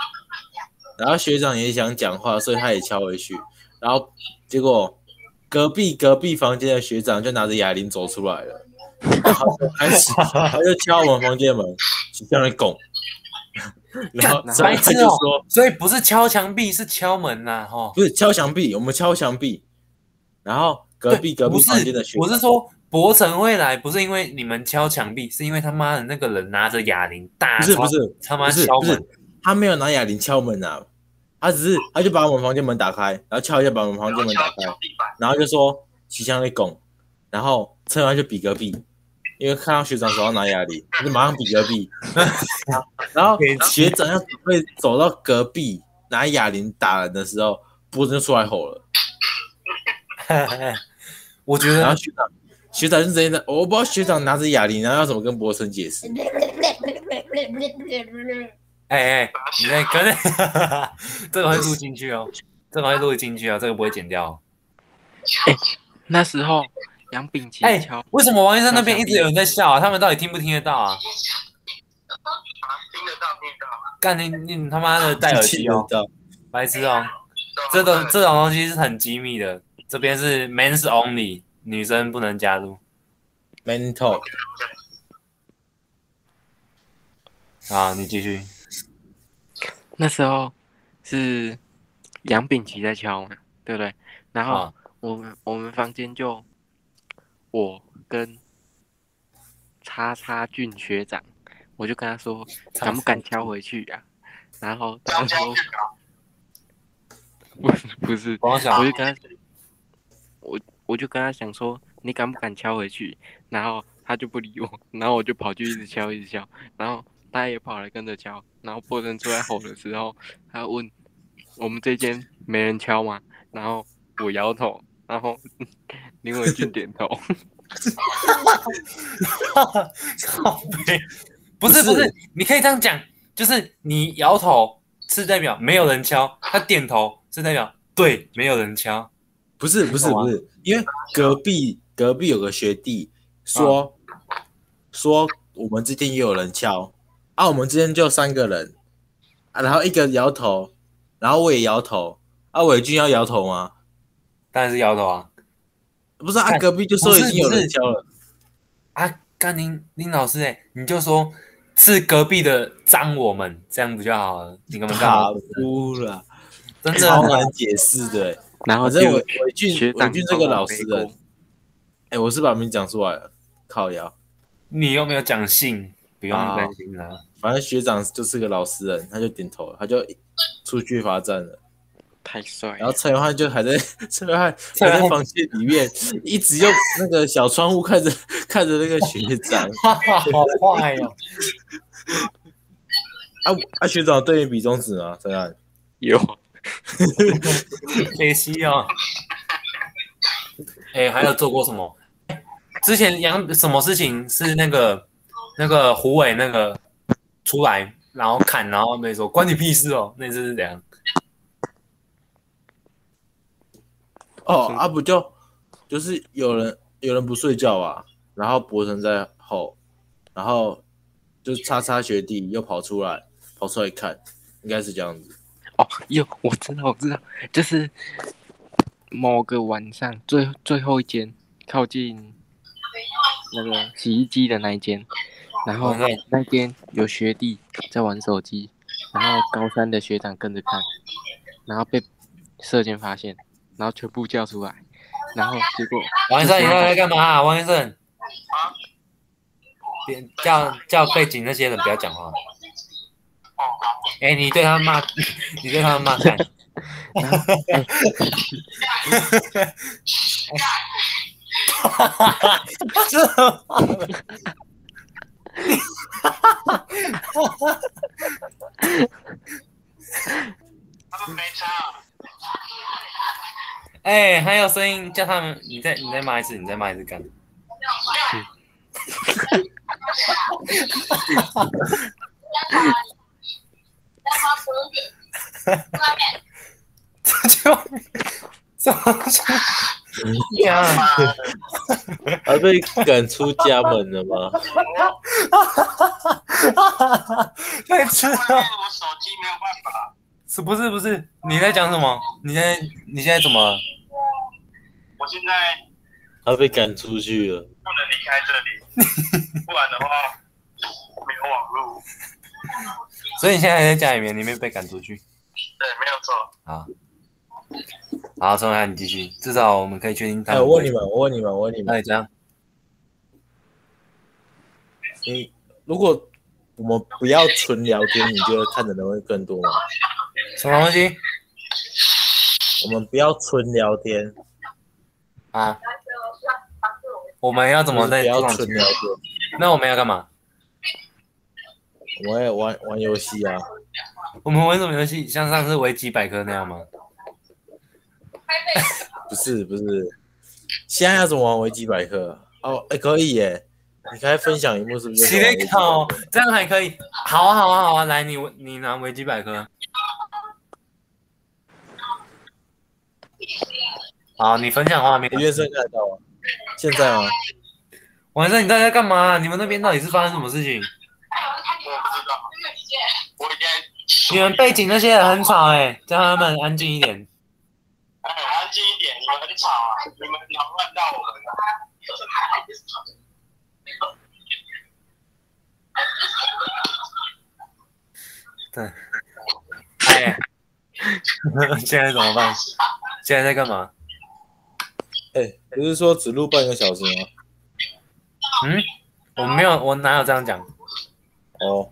[SPEAKER 1] 然后学长也想讲话，所以他也敲回去。然后结果隔壁隔壁房间的学长就拿着哑铃走出来了，然后就开始他就敲我们房间的门，叫人拱。然后
[SPEAKER 3] 干
[SPEAKER 1] 陈宇翰就说
[SPEAKER 2] 所以不是敲墙壁，是敲门呐、啊，吼：“。
[SPEAKER 1] 不是敲墙壁，我们敲墙壁。”然后隔壁隔
[SPEAKER 2] 不
[SPEAKER 1] 壁
[SPEAKER 2] 是
[SPEAKER 1] 房间的学，
[SPEAKER 2] 我是说博成会来，不是因为你们敲墙壁，是因为他妈的那个人拿着哑铃大
[SPEAKER 1] 不是
[SPEAKER 2] 敲
[SPEAKER 1] 不是
[SPEAKER 2] 他妈
[SPEAKER 1] 不是
[SPEAKER 2] 敲
[SPEAKER 1] 不
[SPEAKER 2] 门
[SPEAKER 1] 是，他没有拿哑铃敲门啊，他只是他就把我们房间门打开，然后敲一下把我们房
[SPEAKER 4] 然
[SPEAKER 1] 间
[SPEAKER 4] 后
[SPEAKER 1] 门打
[SPEAKER 4] 敲
[SPEAKER 1] 开
[SPEAKER 4] 敲，地板，
[SPEAKER 1] 然后就说起香的拱，然后趁完就比隔壁，因为看到学长手上拿哑铃，他就马上比隔壁， 然后学长要准备走到隔壁拿哑铃打人的时候，波子就出来吼了，
[SPEAKER 2] 我觉
[SPEAKER 1] 然后
[SPEAKER 2] 得
[SPEAKER 1] 学长 学长就直接拿，我不知道学长拿着哑铃，然后要怎么跟博森解释，
[SPEAKER 2] 哎哎、 你那可是这个会录进去哦，这个会录进去哦，这个不会剪掉、哦。
[SPEAKER 3] 那时候杨秉琦
[SPEAKER 2] 哎
[SPEAKER 3] 敲，
[SPEAKER 2] 为什么王医生那边一直有人在笑啊？他们到底听不听得到啊？
[SPEAKER 4] 听得到听得到，
[SPEAKER 2] 干你你你他妈的戴耳机 哦，
[SPEAKER 1] 到，
[SPEAKER 2] 白痴哦！
[SPEAKER 4] 知
[SPEAKER 2] 这
[SPEAKER 4] 道
[SPEAKER 2] 种
[SPEAKER 4] 吗
[SPEAKER 2] 这种东西是很机密的，这边是 men's only，女生不能加入
[SPEAKER 1] man talk，
[SPEAKER 2] 啊。你继续，
[SPEAKER 3] 那时候是杨秉琦在敲嘛，对不对？然后
[SPEAKER 2] 啊
[SPEAKER 3] 我们我们房间就我跟叉叉俊学长，我就跟他说
[SPEAKER 2] 叉
[SPEAKER 3] 敢不敢敲回去呀、啊？然后他
[SPEAKER 4] 杨
[SPEAKER 3] 就
[SPEAKER 4] 家
[SPEAKER 3] 说
[SPEAKER 4] 俊啊，
[SPEAKER 3] 不是不是，
[SPEAKER 2] 光小
[SPEAKER 3] 我就跟他，我我就跟他讲说，你敢不敢敲回去？然后他就不理我，然后我就跑去一直敲，一直敲，然后他也跑来跟着敲，然后波登出来吼的时候，他问我们这间没人敲吗？然后我摇头，然后林伟俊点头，
[SPEAKER 2] 靠背， 不是
[SPEAKER 1] 不是
[SPEAKER 2] 不是，你可以这样讲，就是你摇头是代表没有人敲，他点头是代表对没有人敲。
[SPEAKER 1] 不是不是
[SPEAKER 2] 干嘛
[SPEAKER 1] 不是，因为隔壁隔壁有个学弟说、说我们之间也有人敲啊，我们之间就三个人啊，然后一个摇头，然后我也摇头啊，伟俊要摇头吗？
[SPEAKER 2] 当然是摇头啊！
[SPEAKER 1] 不是啊，
[SPEAKER 2] 看
[SPEAKER 1] 隔壁就说已经有人敲了，
[SPEAKER 2] 啊，甘宁林老师哎、你就说是隔壁的脏我们，这样不就好了？你根本干
[SPEAKER 1] 卡
[SPEAKER 2] 嘛？
[SPEAKER 1] 哭了，
[SPEAKER 2] 真
[SPEAKER 1] 超
[SPEAKER 2] 的，啊
[SPEAKER 1] 难解释的、欸。
[SPEAKER 3] 然后
[SPEAKER 1] 反
[SPEAKER 3] 结
[SPEAKER 1] 正
[SPEAKER 3] 果
[SPEAKER 1] 伟伟俊
[SPEAKER 3] 啊学
[SPEAKER 1] 伟
[SPEAKER 3] 长
[SPEAKER 1] 俊这
[SPEAKER 3] 帮
[SPEAKER 1] 个
[SPEAKER 3] 我
[SPEAKER 1] 老
[SPEAKER 3] 背
[SPEAKER 1] 实人，
[SPEAKER 3] 锅
[SPEAKER 1] 哎、我是把名讲出来了，靠腰。
[SPEAKER 2] 你又没有讲信，不用担心啦、
[SPEAKER 1] 反正学长就是个老实人，他就点头了，他就出去罚站了。
[SPEAKER 3] 太帅
[SPEAKER 1] 然
[SPEAKER 3] 了
[SPEAKER 1] 后，蔡元汉就还在蔡元汉还在房间里面，一直用那个小窗户看着看着那个学长
[SPEAKER 2] 哈哈，好坏 哦！
[SPEAKER 1] 啊啊学长对你比中指吗？蔡元汉
[SPEAKER 3] 有
[SPEAKER 2] 可惜哦。 哎、还有做过什么？之前杨什么事情是那个那个胡伟那个出来，然后砍，然后被说关你屁事哦。那次是怎样？
[SPEAKER 1] 哦啊不就就是有人有人不睡觉啊，然后博成在吼，然后就叉叉学弟又跑出来跑出来看，应该是这样子。
[SPEAKER 3] 哦有， 我知道我知道，就是某个晚上最最后一间靠近那个洗衣机的那一间，然后
[SPEAKER 2] 晚上
[SPEAKER 3] 那边有学弟在玩手机，然后高三的学长跟着看，然后被射箭发现，然后全部叫出来，然后结果
[SPEAKER 2] 王医生，你到底在干嘛、王医生，别叫叫背景那些人不要讲话。
[SPEAKER 4] 哦，好，
[SPEAKER 2] 哎、你对他们骂，你对他们骂干。
[SPEAKER 4] 他们没
[SPEAKER 2] 啊
[SPEAKER 4] 差。
[SPEAKER 2] 哎、还有声音叫他们，你再你再骂一次，你再骂一次干。这就这就呀，
[SPEAKER 1] 啊被赶出家门了吗？
[SPEAKER 2] 太扯
[SPEAKER 4] 外面我手机没有办法，
[SPEAKER 2] 是不是不是？你在讲什么？你现在你现在怎么了？
[SPEAKER 4] 我现在
[SPEAKER 1] 他被赶出去了。
[SPEAKER 4] 不能离开这里，不然的话没有网络。
[SPEAKER 2] 所以你现在还在家里面，你没有被赶出去。
[SPEAKER 4] 对，没有错。
[SPEAKER 2] 好，宋涵，你继续。至少我们可以确定他
[SPEAKER 1] 哎，
[SPEAKER 2] 们
[SPEAKER 1] 我
[SPEAKER 2] 不会。
[SPEAKER 1] 问你们，我问你们，我问你们
[SPEAKER 2] 那，你这样，
[SPEAKER 1] 你如果我们不要纯聊天，你觉得看的人会更多吗？
[SPEAKER 2] 什么东西
[SPEAKER 1] 我们不要纯聊天，
[SPEAKER 2] 啊？我们要怎么在
[SPEAKER 1] 不
[SPEAKER 2] 这
[SPEAKER 1] 要
[SPEAKER 2] 种
[SPEAKER 1] 纯
[SPEAKER 2] 情
[SPEAKER 1] 聊
[SPEAKER 2] 况？
[SPEAKER 1] 天？
[SPEAKER 2] 那我们要干嘛？
[SPEAKER 1] 我们也玩玩游戏啊，
[SPEAKER 2] 我们玩什么游戏？像上次维基百科那样吗？
[SPEAKER 1] 不是不是，现在要怎么玩维基百科？哦，哎、可以耶，你开分享荧幕是不是就
[SPEAKER 2] 洗
[SPEAKER 1] 可以玩维基
[SPEAKER 2] 内
[SPEAKER 1] 百科？
[SPEAKER 2] 考，这样还可以。好啊，好啊，好啊，来，你你拿维基百科。好，你分享画面
[SPEAKER 1] 我。院生看得到吗？啊现在啊吗？
[SPEAKER 2] 晚上你到底在干嘛？你们那边到底是发生什么事情？
[SPEAKER 4] 我不知道，我应该
[SPEAKER 2] 你们背景那些人很吵哎、叫他们安静一点。
[SPEAKER 4] 哎安静一点，你们很吵啊，你们扰乱到我们了。
[SPEAKER 2] 哎 呀，现在怎么办？现在在干嘛？
[SPEAKER 1] 哎、不是说只录半个小时吗？
[SPEAKER 2] 嗯，我没有，我哪有这样讲？
[SPEAKER 1] 哦，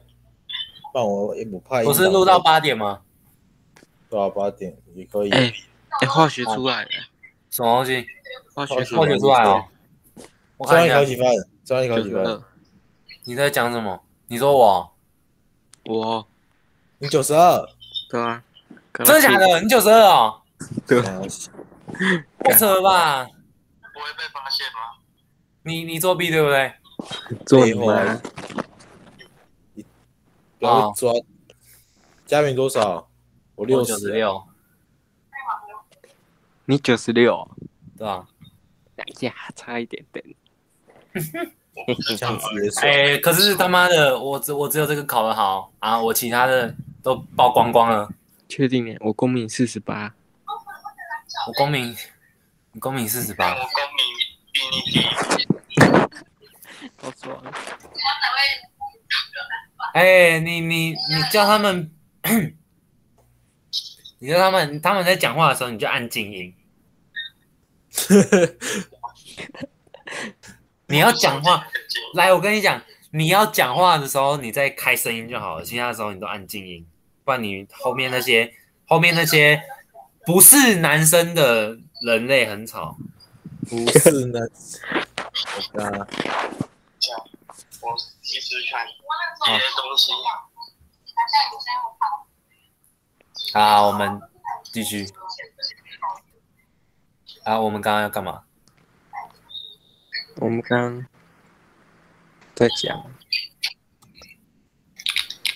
[SPEAKER 1] 不然我也不怕音档。
[SPEAKER 2] 我是录到八点吗？
[SPEAKER 1] 对啊，八点也可以。
[SPEAKER 3] 哎哎化学出来了，
[SPEAKER 2] 什么东西？
[SPEAKER 3] 化
[SPEAKER 1] 化
[SPEAKER 3] 学
[SPEAKER 1] 学
[SPEAKER 3] 出
[SPEAKER 2] 我
[SPEAKER 3] 来
[SPEAKER 2] 觉
[SPEAKER 3] 了
[SPEAKER 2] 出来哦。我
[SPEAKER 1] 中
[SPEAKER 2] 看
[SPEAKER 1] 央
[SPEAKER 2] 一
[SPEAKER 1] 一考，几
[SPEAKER 2] 下
[SPEAKER 1] 分？中央一考几
[SPEAKER 3] 九
[SPEAKER 1] 分？
[SPEAKER 3] 二，
[SPEAKER 2] 你在讲什么？你说我？
[SPEAKER 3] 我哦
[SPEAKER 1] 你九十二。
[SPEAKER 3] 对啊，刚
[SPEAKER 2] 真
[SPEAKER 3] 刚
[SPEAKER 2] 的假
[SPEAKER 3] 去
[SPEAKER 2] 的？你九十二哦？
[SPEAKER 3] 干
[SPEAKER 2] 太扯了吧！
[SPEAKER 4] 不会被发现吗？
[SPEAKER 2] 你你作弊对不对？
[SPEAKER 3] 做你
[SPEAKER 1] 废话
[SPEAKER 3] 妈，
[SPEAKER 1] 不要被抓。嘉明多少？我六
[SPEAKER 2] 九十
[SPEAKER 1] 十。
[SPEAKER 2] 六，
[SPEAKER 3] 你九十六，
[SPEAKER 2] 对吧？
[SPEAKER 3] 呀，差一点点。
[SPEAKER 1] 这样子也爽。
[SPEAKER 2] 哎、可是他妈的，我只我只有这个考得好啊，我其他的都曝光光了。
[SPEAKER 3] 确定欸耶，我公民四十八，
[SPEAKER 2] 我公民，公民四十八，
[SPEAKER 4] 但我公民比你低，
[SPEAKER 3] 好爽！
[SPEAKER 2] 哎，你你你叫他们， 你叫他们，他们在讲话的时候你就按静音。你要讲话，
[SPEAKER 4] 很近。
[SPEAKER 2] 来，我跟你讲，你要讲话的时候你再开声音就好了，其他的时候你都按静音，不然你后面那些后面那些不是男生的人类很吵，
[SPEAKER 1] 不是呢，我的
[SPEAKER 4] 我其实看别的东西。
[SPEAKER 2] 好，我们继续。啊，我们刚刚要干嘛？
[SPEAKER 3] 我们刚在讲，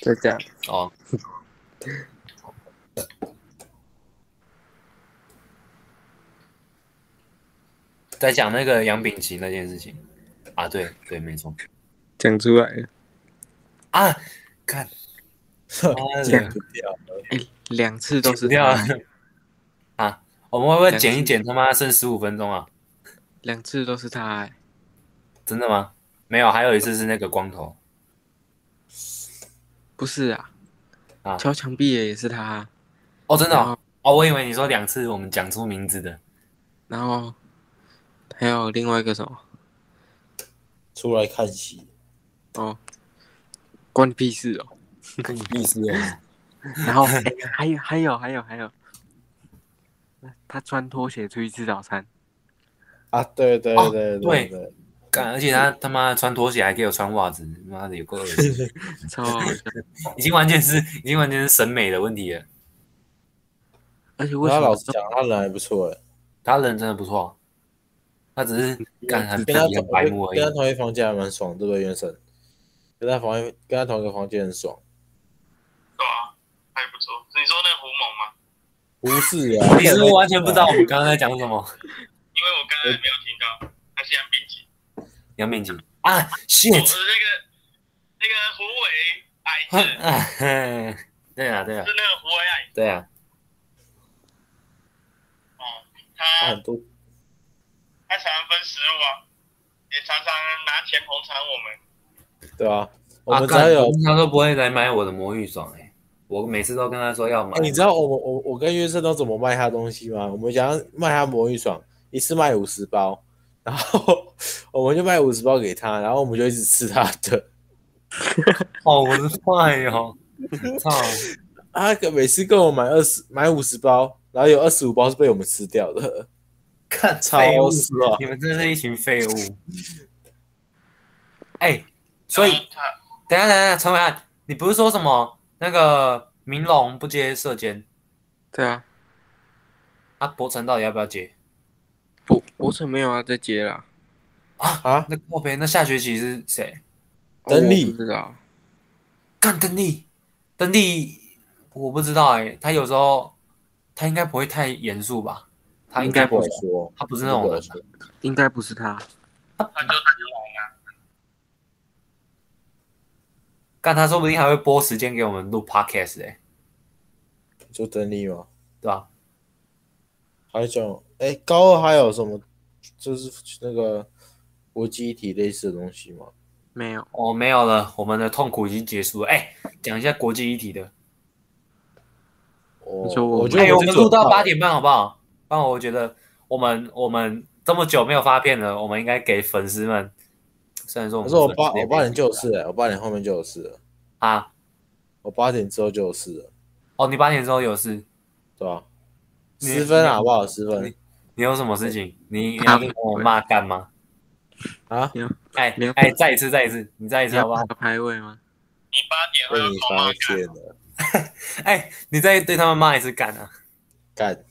[SPEAKER 3] 在讲，
[SPEAKER 2] 哦，在讲那个杨秉琦那件事情啊，对对，没错
[SPEAKER 3] 讲出来了，
[SPEAKER 2] 啊， 看，妈
[SPEAKER 1] 剪
[SPEAKER 2] 的
[SPEAKER 1] 不掉了，
[SPEAKER 3] 两次都是
[SPEAKER 2] 剪掉
[SPEAKER 3] 他欸
[SPEAKER 2] 了， 啊，我们会不会剪一剪？他妈剩十五分钟啊？
[SPEAKER 3] 两次都是他、欸，
[SPEAKER 2] 真的吗？没有，还有一次是那个光头，
[SPEAKER 3] 不是啊
[SPEAKER 2] 啊？
[SPEAKER 3] 敲墙壁的也是他、
[SPEAKER 2] 哦，真的
[SPEAKER 3] 然
[SPEAKER 2] 哦，
[SPEAKER 3] 后
[SPEAKER 2] 哦我以为你说两次我们讲出名字 的，
[SPEAKER 3] 然后还有另外一个什么？
[SPEAKER 1] 出来看戏，
[SPEAKER 3] 哦，关你屁事哦。
[SPEAKER 1] 跟你屁事啊！
[SPEAKER 3] 然后、哎还有还有还有还有，他穿拖鞋出去吃早餐，
[SPEAKER 1] 啊，对对
[SPEAKER 2] 哦
[SPEAKER 1] 对
[SPEAKER 2] 对
[SPEAKER 1] 对，
[SPEAKER 2] 干，而且他他妈穿拖鞋还给我穿袜子，妈的有够恶 心，
[SPEAKER 3] 超好笑。
[SPEAKER 2] 已经完全是已经完全是审美的问题了。
[SPEAKER 3] 而且为
[SPEAKER 1] 然后
[SPEAKER 3] 什么
[SPEAKER 1] 老实讲，他人还不错哎，
[SPEAKER 2] 他人真的不错，他只是
[SPEAKER 3] 嗯
[SPEAKER 2] 干很皮
[SPEAKER 1] 跟他
[SPEAKER 2] 很
[SPEAKER 1] 同
[SPEAKER 2] 白目而
[SPEAKER 1] 跟他
[SPEAKER 2] 已。
[SPEAKER 1] 同一房间还蛮爽，对不对，原神？跟他房跟他同一个房间很爽，
[SPEAKER 4] 对啊，还不错。你说那个胡猛
[SPEAKER 1] 不
[SPEAKER 4] 吗？
[SPEAKER 1] 是啊？
[SPEAKER 2] 你是不是完全不知道我们刚刚在讲什么？
[SPEAKER 4] 因为我刚才没有听到，他是杨秉琦。
[SPEAKER 2] 杨敏景啊
[SPEAKER 4] 我
[SPEAKER 2] ，shit！
[SPEAKER 4] 是那个那个胡伟矮
[SPEAKER 2] 啊
[SPEAKER 4] 子，
[SPEAKER 2] 啊嘿对啊，对啊
[SPEAKER 4] 是，那个胡伟矮子，
[SPEAKER 2] 对啊，
[SPEAKER 1] 他
[SPEAKER 4] 他
[SPEAKER 1] 很多
[SPEAKER 4] 他常常分食物啊，也常常拿钱捧场我们。
[SPEAKER 1] 对啊，我
[SPEAKER 2] 啊
[SPEAKER 1] 们只
[SPEAKER 2] 干
[SPEAKER 1] 要有
[SPEAKER 2] 他都不会来买我的魔芋爽哎，我每次都跟他说要买
[SPEAKER 1] 哎、，你知道我们我我跟约瑟都怎么卖他东西吗？我们想要卖他魔芋爽，一次卖五十包，然后我们就卖五十包给他，然后我们就一直吃他的。
[SPEAKER 2] 哦，我的妈哟， 操！
[SPEAKER 1] 他每次跟我买二十买五十包，然后有二十五包是被我们吃掉的，
[SPEAKER 2] 看
[SPEAKER 1] 超
[SPEAKER 2] 废物，
[SPEAKER 1] 爽。
[SPEAKER 2] 你们真是一群废物。哎、所以
[SPEAKER 4] 然后他
[SPEAKER 2] 等一下等一下，陈伟汉，你不是说什么那个明龙不接射箭
[SPEAKER 3] 对啊，
[SPEAKER 2] 啊？博成到底要不要接
[SPEAKER 3] 博博成没有啊，在接啦。
[SPEAKER 1] 啊！
[SPEAKER 2] 那靠边，那下学期是谁？
[SPEAKER 1] 等你
[SPEAKER 3] 哦我不知道，
[SPEAKER 2] 干邓丽，邓丽，我不知道哎、他有时候他应该不会太严肃吧？他应该不
[SPEAKER 1] 不
[SPEAKER 2] 会
[SPEAKER 1] 好，说，
[SPEAKER 2] 他不是那种人啊。
[SPEAKER 3] 应该不是他。
[SPEAKER 4] 他就他就来了，
[SPEAKER 2] 干他说不定还会拨时间给我们录 podcast 哎、
[SPEAKER 1] 就等你嘛。
[SPEAKER 2] 对吧、
[SPEAKER 1] 还有讲，哎、高二还有什么就是那个国际一体类似的东西吗？
[SPEAKER 3] 没有，
[SPEAKER 2] 哦，没有了，我们的痛苦已经结束了。哎、讲一下国际议题的。
[SPEAKER 1] 我
[SPEAKER 3] 你说我
[SPEAKER 1] 我觉
[SPEAKER 2] 哎、
[SPEAKER 1] 得
[SPEAKER 2] 我们录到八
[SPEAKER 1] 点，
[SPEAKER 2] 点半好不好？不然我觉得我们我们这么久没有发片了，我们应该给粉丝们。虽然说我
[SPEAKER 1] 可
[SPEAKER 2] 们
[SPEAKER 1] 是我
[SPEAKER 2] 粉丝
[SPEAKER 1] 八
[SPEAKER 2] 也
[SPEAKER 1] 我
[SPEAKER 2] 没
[SPEAKER 1] 八点就有事了，我八点后面就有事了，
[SPEAKER 2] 啊，
[SPEAKER 1] 我八点之后就有事了。
[SPEAKER 2] 哦，你八点之后有事，
[SPEAKER 1] 对吧、
[SPEAKER 2] 你
[SPEAKER 1] 十分啊好不好？十分
[SPEAKER 2] 你你有什么事情？你
[SPEAKER 3] 他
[SPEAKER 2] 你要跟我骂干吗？
[SPEAKER 1] 啊！
[SPEAKER 2] 哎
[SPEAKER 3] 没有
[SPEAKER 2] 哎，再一次再一次，你再一
[SPEAKER 3] 你
[SPEAKER 2] 次好
[SPEAKER 3] 要
[SPEAKER 2] 不好
[SPEAKER 3] 打？排位吗？
[SPEAKER 4] 你八点会
[SPEAKER 1] 被
[SPEAKER 4] 有
[SPEAKER 1] 你
[SPEAKER 4] 口
[SPEAKER 1] 发
[SPEAKER 4] 骂
[SPEAKER 1] 现了，
[SPEAKER 2] 哎，你再对他们骂一次干啊！
[SPEAKER 1] 干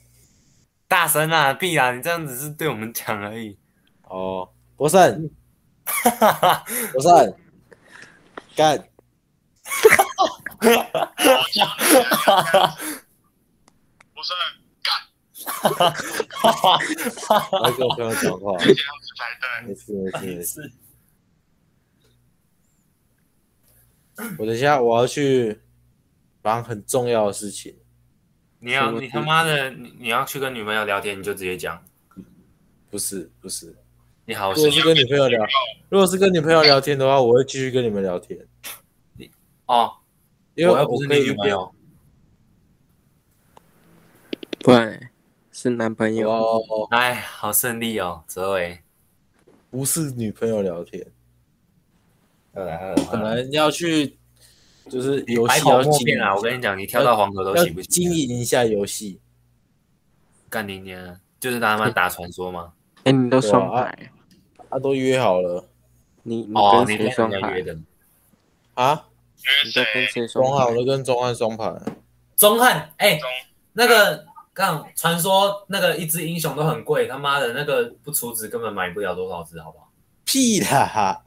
[SPEAKER 2] 大声啊，屁啊！你这样只是对我们讲而已。
[SPEAKER 1] 哦！博胜，
[SPEAKER 2] 哈哈，
[SPEAKER 1] 博胜， 干！
[SPEAKER 4] 不是
[SPEAKER 1] 我要跟我朋友讲话，
[SPEAKER 4] 这样子才对。
[SPEAKER 1] 没事没事没事。
[SPEAKER 2] 是
[SPEAKER 1] 我等一下我要去忙很重要的事情，
[SPEAKER 2] 你要
[SPEAKER 3] 什么
[SPEAKER 2] 你他妈的，你你要去跟女朋友聊天，你就直接讲。
[SPEAKER 1] 不是不是。
[SPEAKER 2] 你好，我
[SPEAKER 1] 如果是
[SPEAKER 2] 哦是
[SPEAKER 1] 跟女朋友聊，如果是跟女朋友聊天的话，我会继续跟你们聊天，
[SPEAKER 2] 哦，
[SPEAKER 1] 因为
[SPEAKER 2] 我又不是
[SPEAKER 1] 可以
[SPEAKER 2] 你女朋友。
[SPEAKER 3] 不然欸是男朋
[SPEAKER 1] 一边。
[SPEAKER 3] 友。
[SPEAKER 1] 哦哦，
[SPEAKER 2] 哎，好胜利哦，泽伟。
[SPEAKER 1] 不是女朋友聊天，
[SPEAKER 2] 二来二
[SPEAKER 1] 可能要去就是游
[SPEAKER 2] 啊哎白
[SPEAKER 1] 戏
[SPEAKER 2] 口
[SPEAKER 1] 要
[SPEAKER 2] 莫
[SPEAKER 1] 经
[SPEAKER 2] 辩啊
[SPEAKER 1] 营
[SPEAKER 2] 啊！我跟你讲，你跳到黄河都
[SPEAKER 1] 要
[SPEAKER 2] 洗不
[SPEAKER 1] 经
[SPEAKER 2] 清。
[SPEAKER 1] 营一下游戏。
[SPEAKER 2] 干你娘！就是他妈打传 说吗？
[SPEAKER 3] 哎，你都双
[SPEAKER 1] 对啊
[SPEAKER 3] 排，
[SPEAKER 1] 啊，都约好了
[SPEAKER 3] 你你
[SPEAKER 2] 哦，
[SPEAKER 3] 跟
[SPEAKER 2] 你
[SPEAKER 3] 谁
[SPEAKER 2] 跟
[SPEAKER 3] 双
[SPEAKER 2] 人家
[SPEAKER 3] 排
[SPEAKER 2] 约？的？
[SPEAKER 1] 啊，
[SPEAKER 4] 约
[SPEAKER 3] 你在跟谁
[SPEAKER 4] 谁？
[SPEAKER 3] 双
[SPEAKER 1] 中汉我
[SPEAKER 3] 排？
[SPEAKER 1] 都跟中汉双排，
[SPEAKER 2] 钟汉，哎、
[SPEAKER 4] 中
[SPEAKER 2] 那个刚传说那个一只英雄都很贵，他妈的那个不出值根本买不了多少只，好不好？
[SPEAKER 1] 屁啦！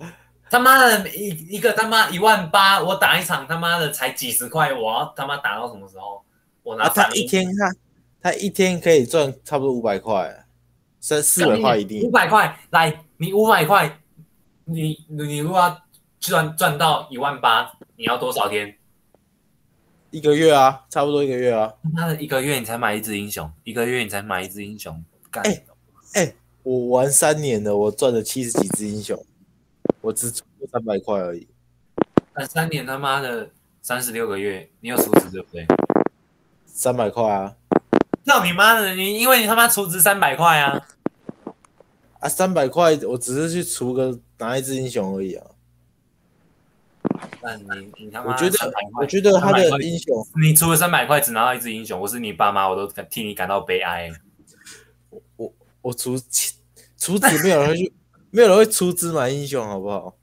[SPEAKER 2] 他妈的一一个他妈一万八，我打一场他妈的才几十块，我要他妈打到什么时候？我拿
[SPEAKER 1] 啊，他
[SPEAKER 2] 三
[SPEAKER 1] 一天他他一天可以赚差不多五百块，三四百块一定
[SPEAKER 2] 五。百块，来你五百块，你你你如果要赚赚到一万八，你要多少天？
[SPEAKER 1] 一个月啊，差不多一个月啊。
[SPEAKER 2] 他妈的一个月你才买一只英雄，一个月你才买一只英雄，干！
[SPEAKER 1] 哎我玩三年了，我赚了七十几只英雄，我只出三百块而已。
[SPEAKER 2] 那三年他妈的三十六个月，你有数值对不对？
[SPEAKER 1] 三百块啊
[SPEAKER 2] 操你妈的！你因为你他妈储值三百块啊！
[SPEAKER 1] 啊，三百块我只是去除个拿一只英雄而已啊。
[SPEAKER 2] 那你你他妈
[SPEAKER 1] 我觉得
[SPEAKER 2] 300块
[SPEAKER 1] 我觉得他
[SPEAKER 2] 300块
[SPEAKER 1] 的英雄，
[SPEAKER 2] 你除了三百块只拿到一只英雄，我是你爸妈，我都感替你感到悲哀。
[SPEAKER 1] 我除除子没有人会去，没有人会出资买英雄，好不好？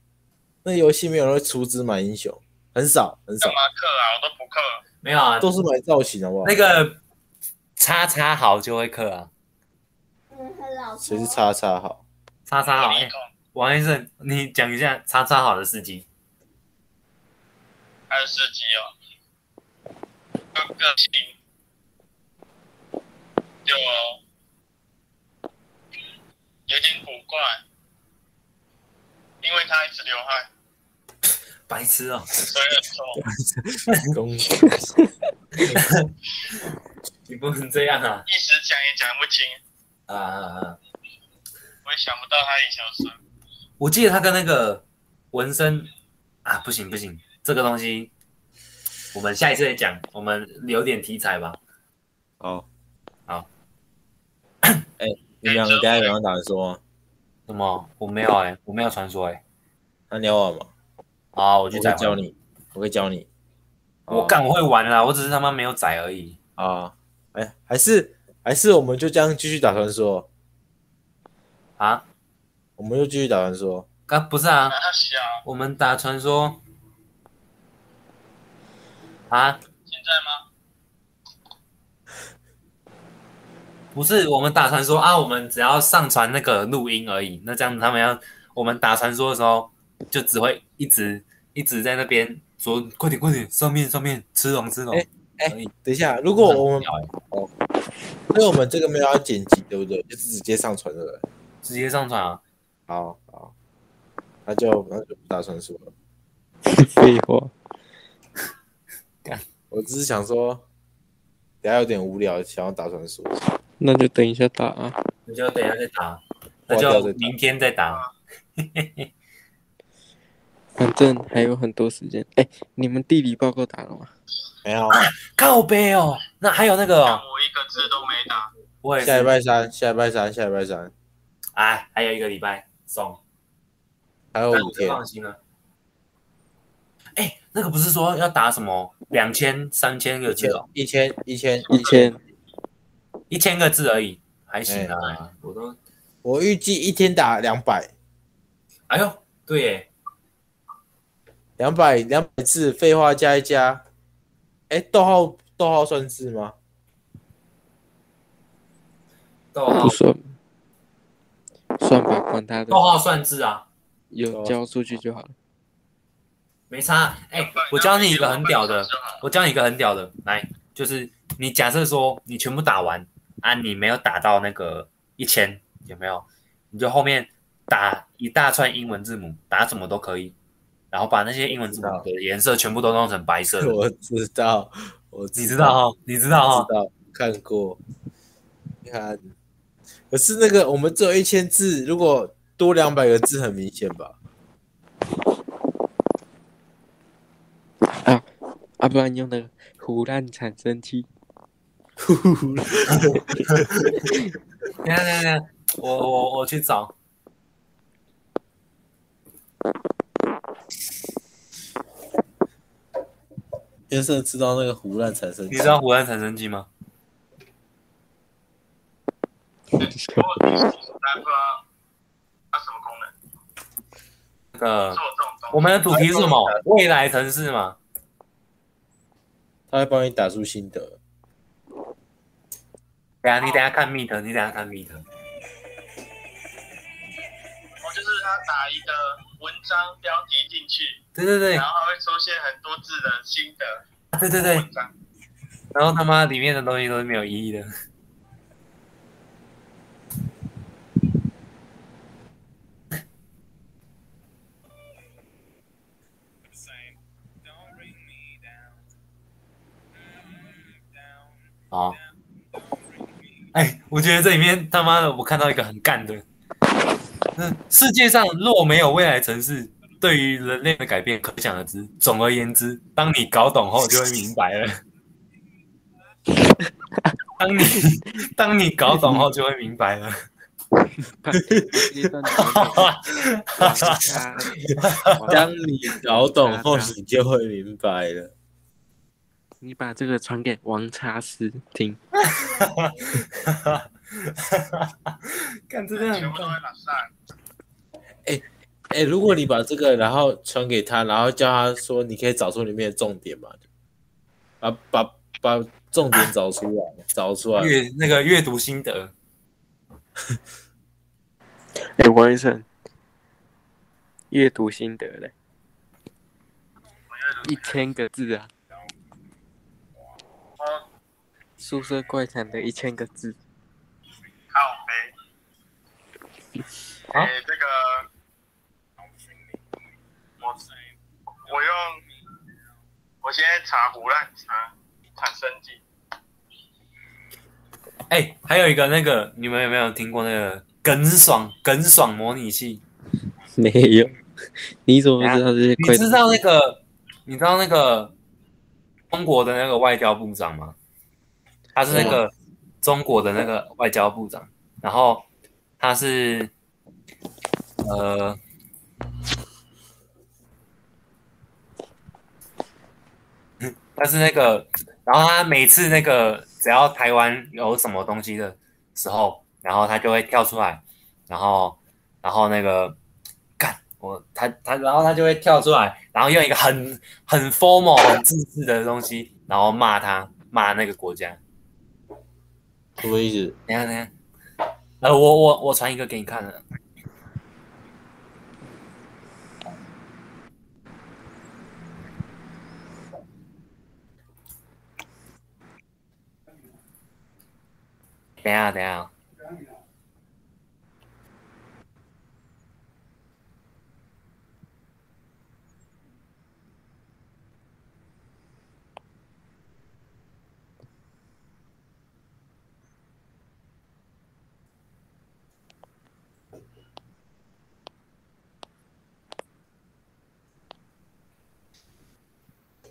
[SPEAKER 1] 那游戏没有人会出资买英雄，很少很少
[SPEAKER 4] 干，嘛克啊？我都不克。
[SPEAKER 2] 没有啊，
[SPEAKER 1] 都是买造型，好不好
[SPEAKER 2] 那？个叉叉好就会氪啊，
[SPEAKER 1] 谁是叉叉 好？
[SPEAKER 2] 叉叉好。
[SPEAKER 4] 我
[SPEAKER 2] 哎
[SPEAKER 4] 一口
[SPEAKER 2] 王医生，你讲一下叉叉好的事迹。
[SPEAKER 4] 还有司机哦，有个性，就有点古怪，因为他一直流汗，
[SPEAKER 2] 白痴哦、
[SPEAKER 4] 所以很臭。
[SPEAKER 1] 公
[SPEAKER 2] 你不能这样啊！
[SPEAKER 4] 一时讲也讲不清，
[SPEAKER 2] 啊啊啊！
[SPEAKER 4] 我也想不到他也消失。
[SPEAKER 2] 我记得他跟那个纹身啊，不行不行，这个东西我们下一次再讲，我们留点题材吧。
[SPEAKER 1] 好，
[SPEAKER 2] 好。
[SPEAKER 1] 哎、你们两个等一下有要打算说吗？
[SPEAKER 2] 什么？我没有哎、我没有传说哎、
[SPEAKER 1] 那你要玩吗？
[SPEAKER 2] 好，我
[SPEAKER 1] 我
[SPEAKER 2] 去
[SPEAKER 1] 可以
[SPEAKER 2] 载
[SPEAKER 1] 教
[SPEAKER 2] 你。
[SPEAKER 1] 你，我可以教你。
[SPEAKER 2] 我干，我会玩啦，我只是他妈没有载而已。
[SPEAKER 1] 啊！哎、还是还是我们就这样继续打传说，
[SPEAKER 2] 啊，
[SPEAKER 1] 我们就继续打传说。
[SPEAKER 2] 刚、不是啊，
[SPEAKER 4] 他小，
[SPEAKER 2] 我们打传说。啊，
[SPEAKER 4] 现在吗？
[SPEAKER 2] 不是，我们打传说啊，我们只要上传那个录音而已。那这样子他们要我们打传说的时候，就只会一直一直在那边说快点快点，上面上面吃龙吃龙。
[SPEAKER 1] 哎哎
[SPEAKER 2] 而已
[SPEAKER 1] 等一下，如果我们
[SPEAKER 2] 很屌欸
[SPEAKER 1] 因为我们这个没有要剪辑，对不对？就是直接上传的人。
[SPEAKER 2] 直接上传啊，
[SPEAKER 1] 好好，那就那就不打传说了。
[SPEAKER 3] 废话，
[SPEAKER 1] 我只是想说，等一下有点无聊，想要打传说。
[SPEAKER 3] 那就等一下打啊。
[SPEAKER 2] 那就等一下再
[SPEAKER 1] 哦
[SPEAKER 2] 打，那
[SPEAKER 1] 挂掉
[SPEAKER 2] 就
[SPEAKER 1] 再打
[SPEAKER 2] 明天再打。
[SPEAKER 3] 反正还有很多时间。哎，你们地理报告打了吗？
[SPEAKER 1] 没有，
[SPEAKER 2] 啊靠背哦，那还有那个
[SPEAKER 4] 但
[SPEAKER 2] 哦，
[SPEAKER 4] 我一个字都没打，
[SPEAKER 2] 我也
[SPEAKER 1] 下礼
[SPEAKER 2] 是，
[SPEAKER 1] 拜三，下礼拜三，下礼拜三，
[SPEAKER 2] 哎，还有一个礼拜送。
[SPEAKER 1] 还有
[SPEAKER 2] 那
[SPEAKER 1] 五
[SPEAKER 2] 我就
[SPEAKER 1] 哦天。
[SPEAKER 2] 放心了。哎、那个不是说要打什么两千、三千个字哦，
[SPEAKER 1] 一千一千
[SPEAKER 3] 一，千，
[SPEAKER 2] 一千个字而已，还行啊。我都，
[SPEAKER 1] 我预计一天打两百，
[SPEAKER 2] 哎呦，对耶，
[SPEAKER 1] 两百两百字，废话加一加。哎、逗号逗号算字吗？
[SPEAKER 2] 逗
[SPEAKER 3] 不
[SPEAKER 2] 号
[SPEAKER 3] 算，算吧，管他的
[SPEAKER 2] 逗，号算字啊，
[SPEAKER 3] 有交出去就好了。
[SPEAKER 2] 没差。哎、我教你一个很屌的，我教你一个很屌的，来，就是你假设说你全部打完啊，你没有打到那个一千，有没有？你就后面打一大串英文字母，打什么都可以，然后把那些英文字母的颜色全部都弄成白色的。
[SPEAKER 1] 我知道，我
[SPEAKER 2] 你知道啊哈？你知道哈
[SPEAKER 1] 知？道看过，你看，可是那个我们只有一千字，如果多两百个字，很明显吧？
[SPEAKER 3] 啊，不然用那个胡乱产生器。
[SPEAKER 2] 等一下等一下等一下，我我我去找。
[SPEAKER 1] 先生知道那个胡乱产生
[SPEAKER 2] 你知道胡乱产生器吗？呃，
[SPEAKER 4] 做这种东西。
[SPEAKER 2] 嗯我们的主题是什么？未来城市嘛。
[SPEAKER 1] 他会帮你打出心得。
[SPEAKER 2] 等一下你等一下看 Meet，你等一下看 Meet。
[SPEAKER 4] 哦，就是他打一个文章标题进去，
[SPEAKER 2] 对对对
[SPEAKER 4] 然，后他会出现很多字的心得
[SPEAKER 2] 对对对，
[SPEAKER 4] 文章。
[SPEAKER 2] 然后他妈里面的东西都是没有意义的。哦，哎，我觉得这里面他妈的，我看到一个很干的，那世界上若没有未来城市，对于人类的改变可想而知。总而言之，当你搞懂后，就会明白了。 当你当你搞懂后，就会明白 了。
[SPEAKER 3] 这段讲
[SPEAKER 1] 当你搞懂
[SPEAKER 3] 啊
[SPEAKER 1] 后
[SPEAKER 3] 对啊，
[SPEAKER 1] 你就会明白了。
[SPEAKER 3] 你把这个传给王查斯听，
[SPEAKER 2] 看，真的
[SPEAKER 4] 全
[SPEAKER 2] 很
[SPEAKER 4] 部都会
[SPEAKER 2] 棒。
[SPEAKER 4] 打上，
[SPEAKER 1] 哎、如果你把这个然后传给他，然后叫他说你可以找出里面的重点嘛，把把把重点找出来，找出来。
[SPEAKER 2] 阅那个阅读心得，
[SPEAKER 3] 哎、王医生，阅读心得嘞，一千个字啊！宿舍怪谈的一千个字，
[SPEAKER 4] 靠背。
[SPEAKER 2] 啊
[SPEAKER 4] 哎、这个，我我用，我现在查胡乱查，产生记。
[SPEAKER 2] 哎、还有一个那个，你们有没有听过那个耿爽耿爽模拟器？
[SPEAKER 3] 没有？你怎么知道这些
[SPEAKER 2] 你
[SPEAKER 3] 怪
[SPEAKER 2] 知
[SPEAKER 3] 谈？
[SPEAKER 2] 道那个你知道那个中国的那个外交部长吗？他是那个中国的那个外交部长，然后他是呃，他是那个，然后他每次那个只要台湾有什么东西的时候，然后他就会跳出来，然后然后那个干我他他，然后他就会跳出来，然后用一个很很 formal 很自私的东西，然后骂他骂那个国家。
[SPEAKER 1] 什么意思？
[SPEAKER 2] 等一下等一下，呃，我我我传一个给你看了。等一下等一下哦，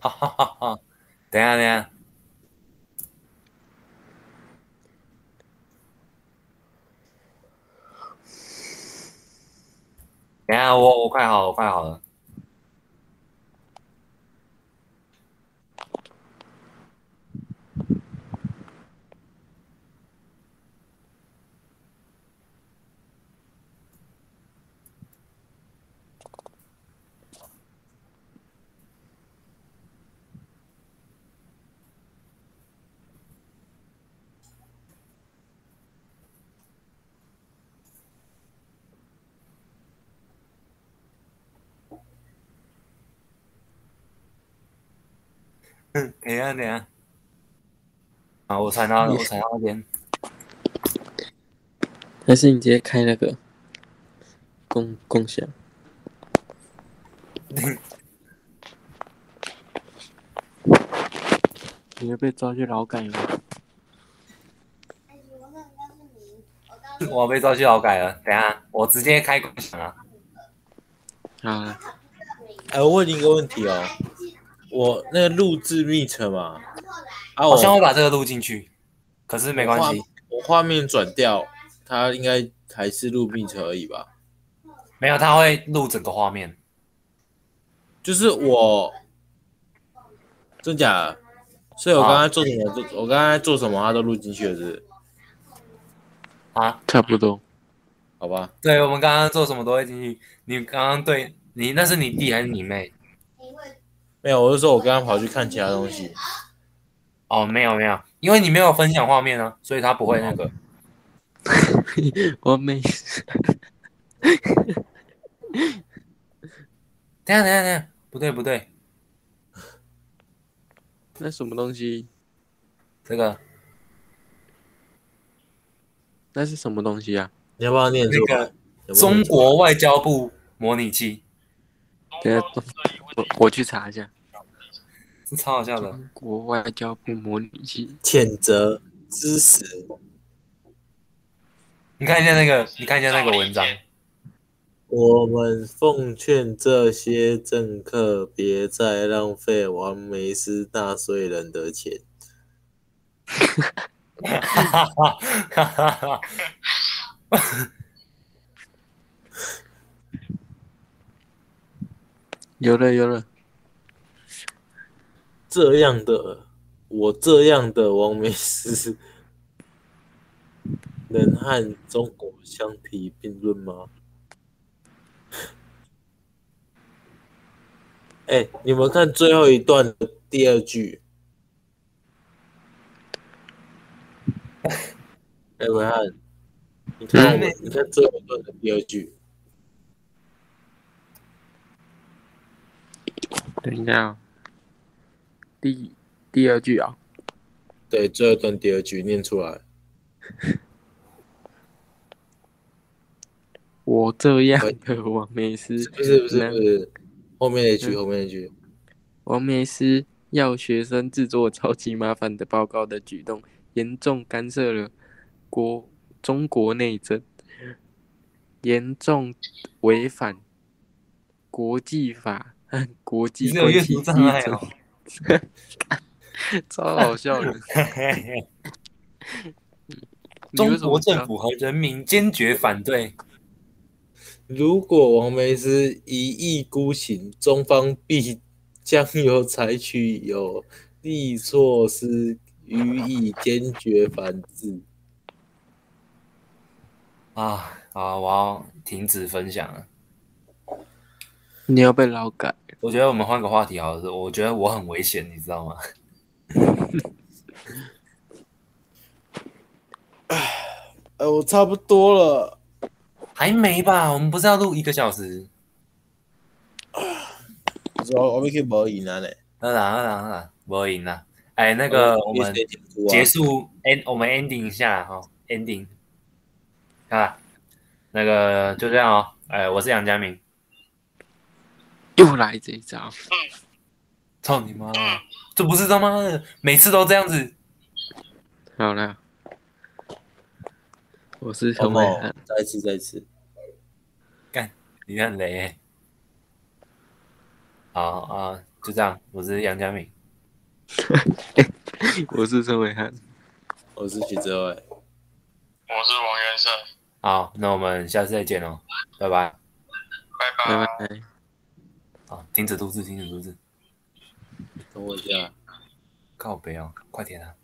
[SPEAKER 2] 哈哈哈哈，等一下等一下，等一下我我快好了我快好了。嗯，等一下，等一下。啊，我传到，我传到那边。
[SPEAKER 3] 还是你直接开那个共共享？你会被抓去劳改吗？
[SPEAKER 1] 哎
[SPEAKER 2] 我被抓去劳改了。等一下，我直接开共享啊。
[SPEAKER 3] 啊，
[SPEAKER 1] 哎、我问你一个问题哦，我那个录制 Meet 嘛，啊，
[SPEAKER 2] 好像
[SPEAKER 1] 我
[SPEAKER 2] 会把这个录进去，可是没关系，
[SPEAKER 1] 我画面转掉，他应该还是录 Meet 而已吧？
[SPEAKER 2] 没有，它会录整个画面。
[SPEAKER 1] 就是我，真假的所以我刚才做什么，就我刚才做什么，他都录进去了，是不是？
[SPEAKER 2] 啊，
[SPEAKER 3] 差不多。
[SPEAKER 1] 好吧，
[SPEAKER 2] 对，我们刚刚做什么都会进去。你刚刚对你那是你弟还是你妹？
[SPEAKER 1] 没有，我是说我刚刚跑去看其他东西。
[SPEAKER 2] 哦，没有没有，因为你没有分享画面啊，所以他不会那个。
[SPEAKER 3] 我没，
[SPEAKER 2] 等一下等一下等一下，不对不对，
[SPEAKER 3] 那什么东西？
[SPEAKER 2] 这个
[SPEAKER 3] 那是什么东西啊？
[SPEAKER 1] 你要不要念出
[SPEAKER 2] 那
[SPEAKER 1] 来？
[SPEAKER 2] 个
[SPEAKER 1] 要不要念出来
[SPEAKER 2] 中国外交部模拟器，
[SPEAKER 3] 等下我我去查一下。
[SPEAKER 2] 是超好笑的。
[SPEAKER 3] 国外交部模拟器，
[SPEAKER 1] 谴责、支持，
[SPEAKER 2] 你看一下那个，你看一下那个文 章，
[SPEAKER 1] 我们奉劝这些政客别再浪费完美斯纳税人的钱。
[SPEAKER 2] 哈哈哈哈哈哈！
[SPEAKER 3] 有了有了，
[SPEAKER 1] 这样的我这样的王美斯，能和中国相提并论吗？ 哎、你们看最后一段的第二句，哎、文翰，你看我们，你看最后一段的第二句，
[SPEAKER 3] 等一下、哦，第第二句啊、
[SPEAKER 1] 对，最后一段第二句念出来，
[SPEAKER 3] 我这样 的王美斯，
[SPEAKER 1] 不是不是
[SPEAKER 3] 能
[SPEAKER 1] 不是，后面那句后面那句，
[SPEAKER 3] 王梅斯要学生制作超级麻烦的报告的举动，严重干涉了国中国内政，严重违反国际法和国际
[SPEAKER 2] 你是有
[SPEAKER 3] 关
[SPEAKER 2] 阅
[SPEAKER 3] 系
[SPEAKER 2] 读障碍
[SPEAKER 3] 基准
[SPEAKER 2] 哦。
[SPEAKER 3] 超好 笑的。你
[SPEAKER 2] 中
[SPEAKER 3] 为什么
[SPEAKER 2] 国
[SPEAKER 3] 知道
[SPEAKER 2] 政府和人民坚决反对。
[SPEAKER 1] 如果王梅斯一意孤行，中方必将有采取有力措施予以坚决反制。
[SPEAKER 2] 啊好，我要停止分享了。
[SPEAKER 3] 你要被劳改，
[SPEAKER 2] 我觉得我们换个话题好了。我觉得我很危险，你知道吗？
[SPEAKER 1] 呃，我差不多了，
[SPEAKER 2] 还没吧？我们不是要录一个小时？
[SPEAKER 1] 我我们可以无赢啊嘞。
[SPEAKER 2] 当然，当然，当然，我赢了。哎，那个我们
[SPEAKER 1] 啊
[SPEAKER 2] 结束，end，我们 ending 一下哈、ending 啊，那个就这样哦。哎，我是杨家明，
[SPEAKER 3] 又来这一招。
[SPEAKER 2] 操你妈！这不是他妈的，每次都这样子。
[SPEAKER 3] 好了，我是
[SPEAKER 1] 好
[SPEAKER 3] 陈
[SPEAKER 1] 不
[SPEAKER 3] 伟
[SPEAKER 1] 好
[SPEAKER 3] 汉，？
[SPEAKER 2] 哦
[SPEAKER 1] 再一次，再一次。
[SPEAKER 2] 你很雷、欸。好啊，就这样，我是杨家明，
[SPEAKER 3] 我是陈伟汉，
[SPEAKER 1] 我是许哲伟，
[SPEAKER 4] 我是王元胜，
[SPEAKER 2] 好，那我们下次再见哦，拜拜。
[SPEAKER 4] 拜拜。
[SPEAKER 3] 拜拜。
[SPEAKER 2] 好，停止录制，停止录制，
[SPEAKER 1] 等我一下。
[SPEAKER 2] 靠北哦，快点啊！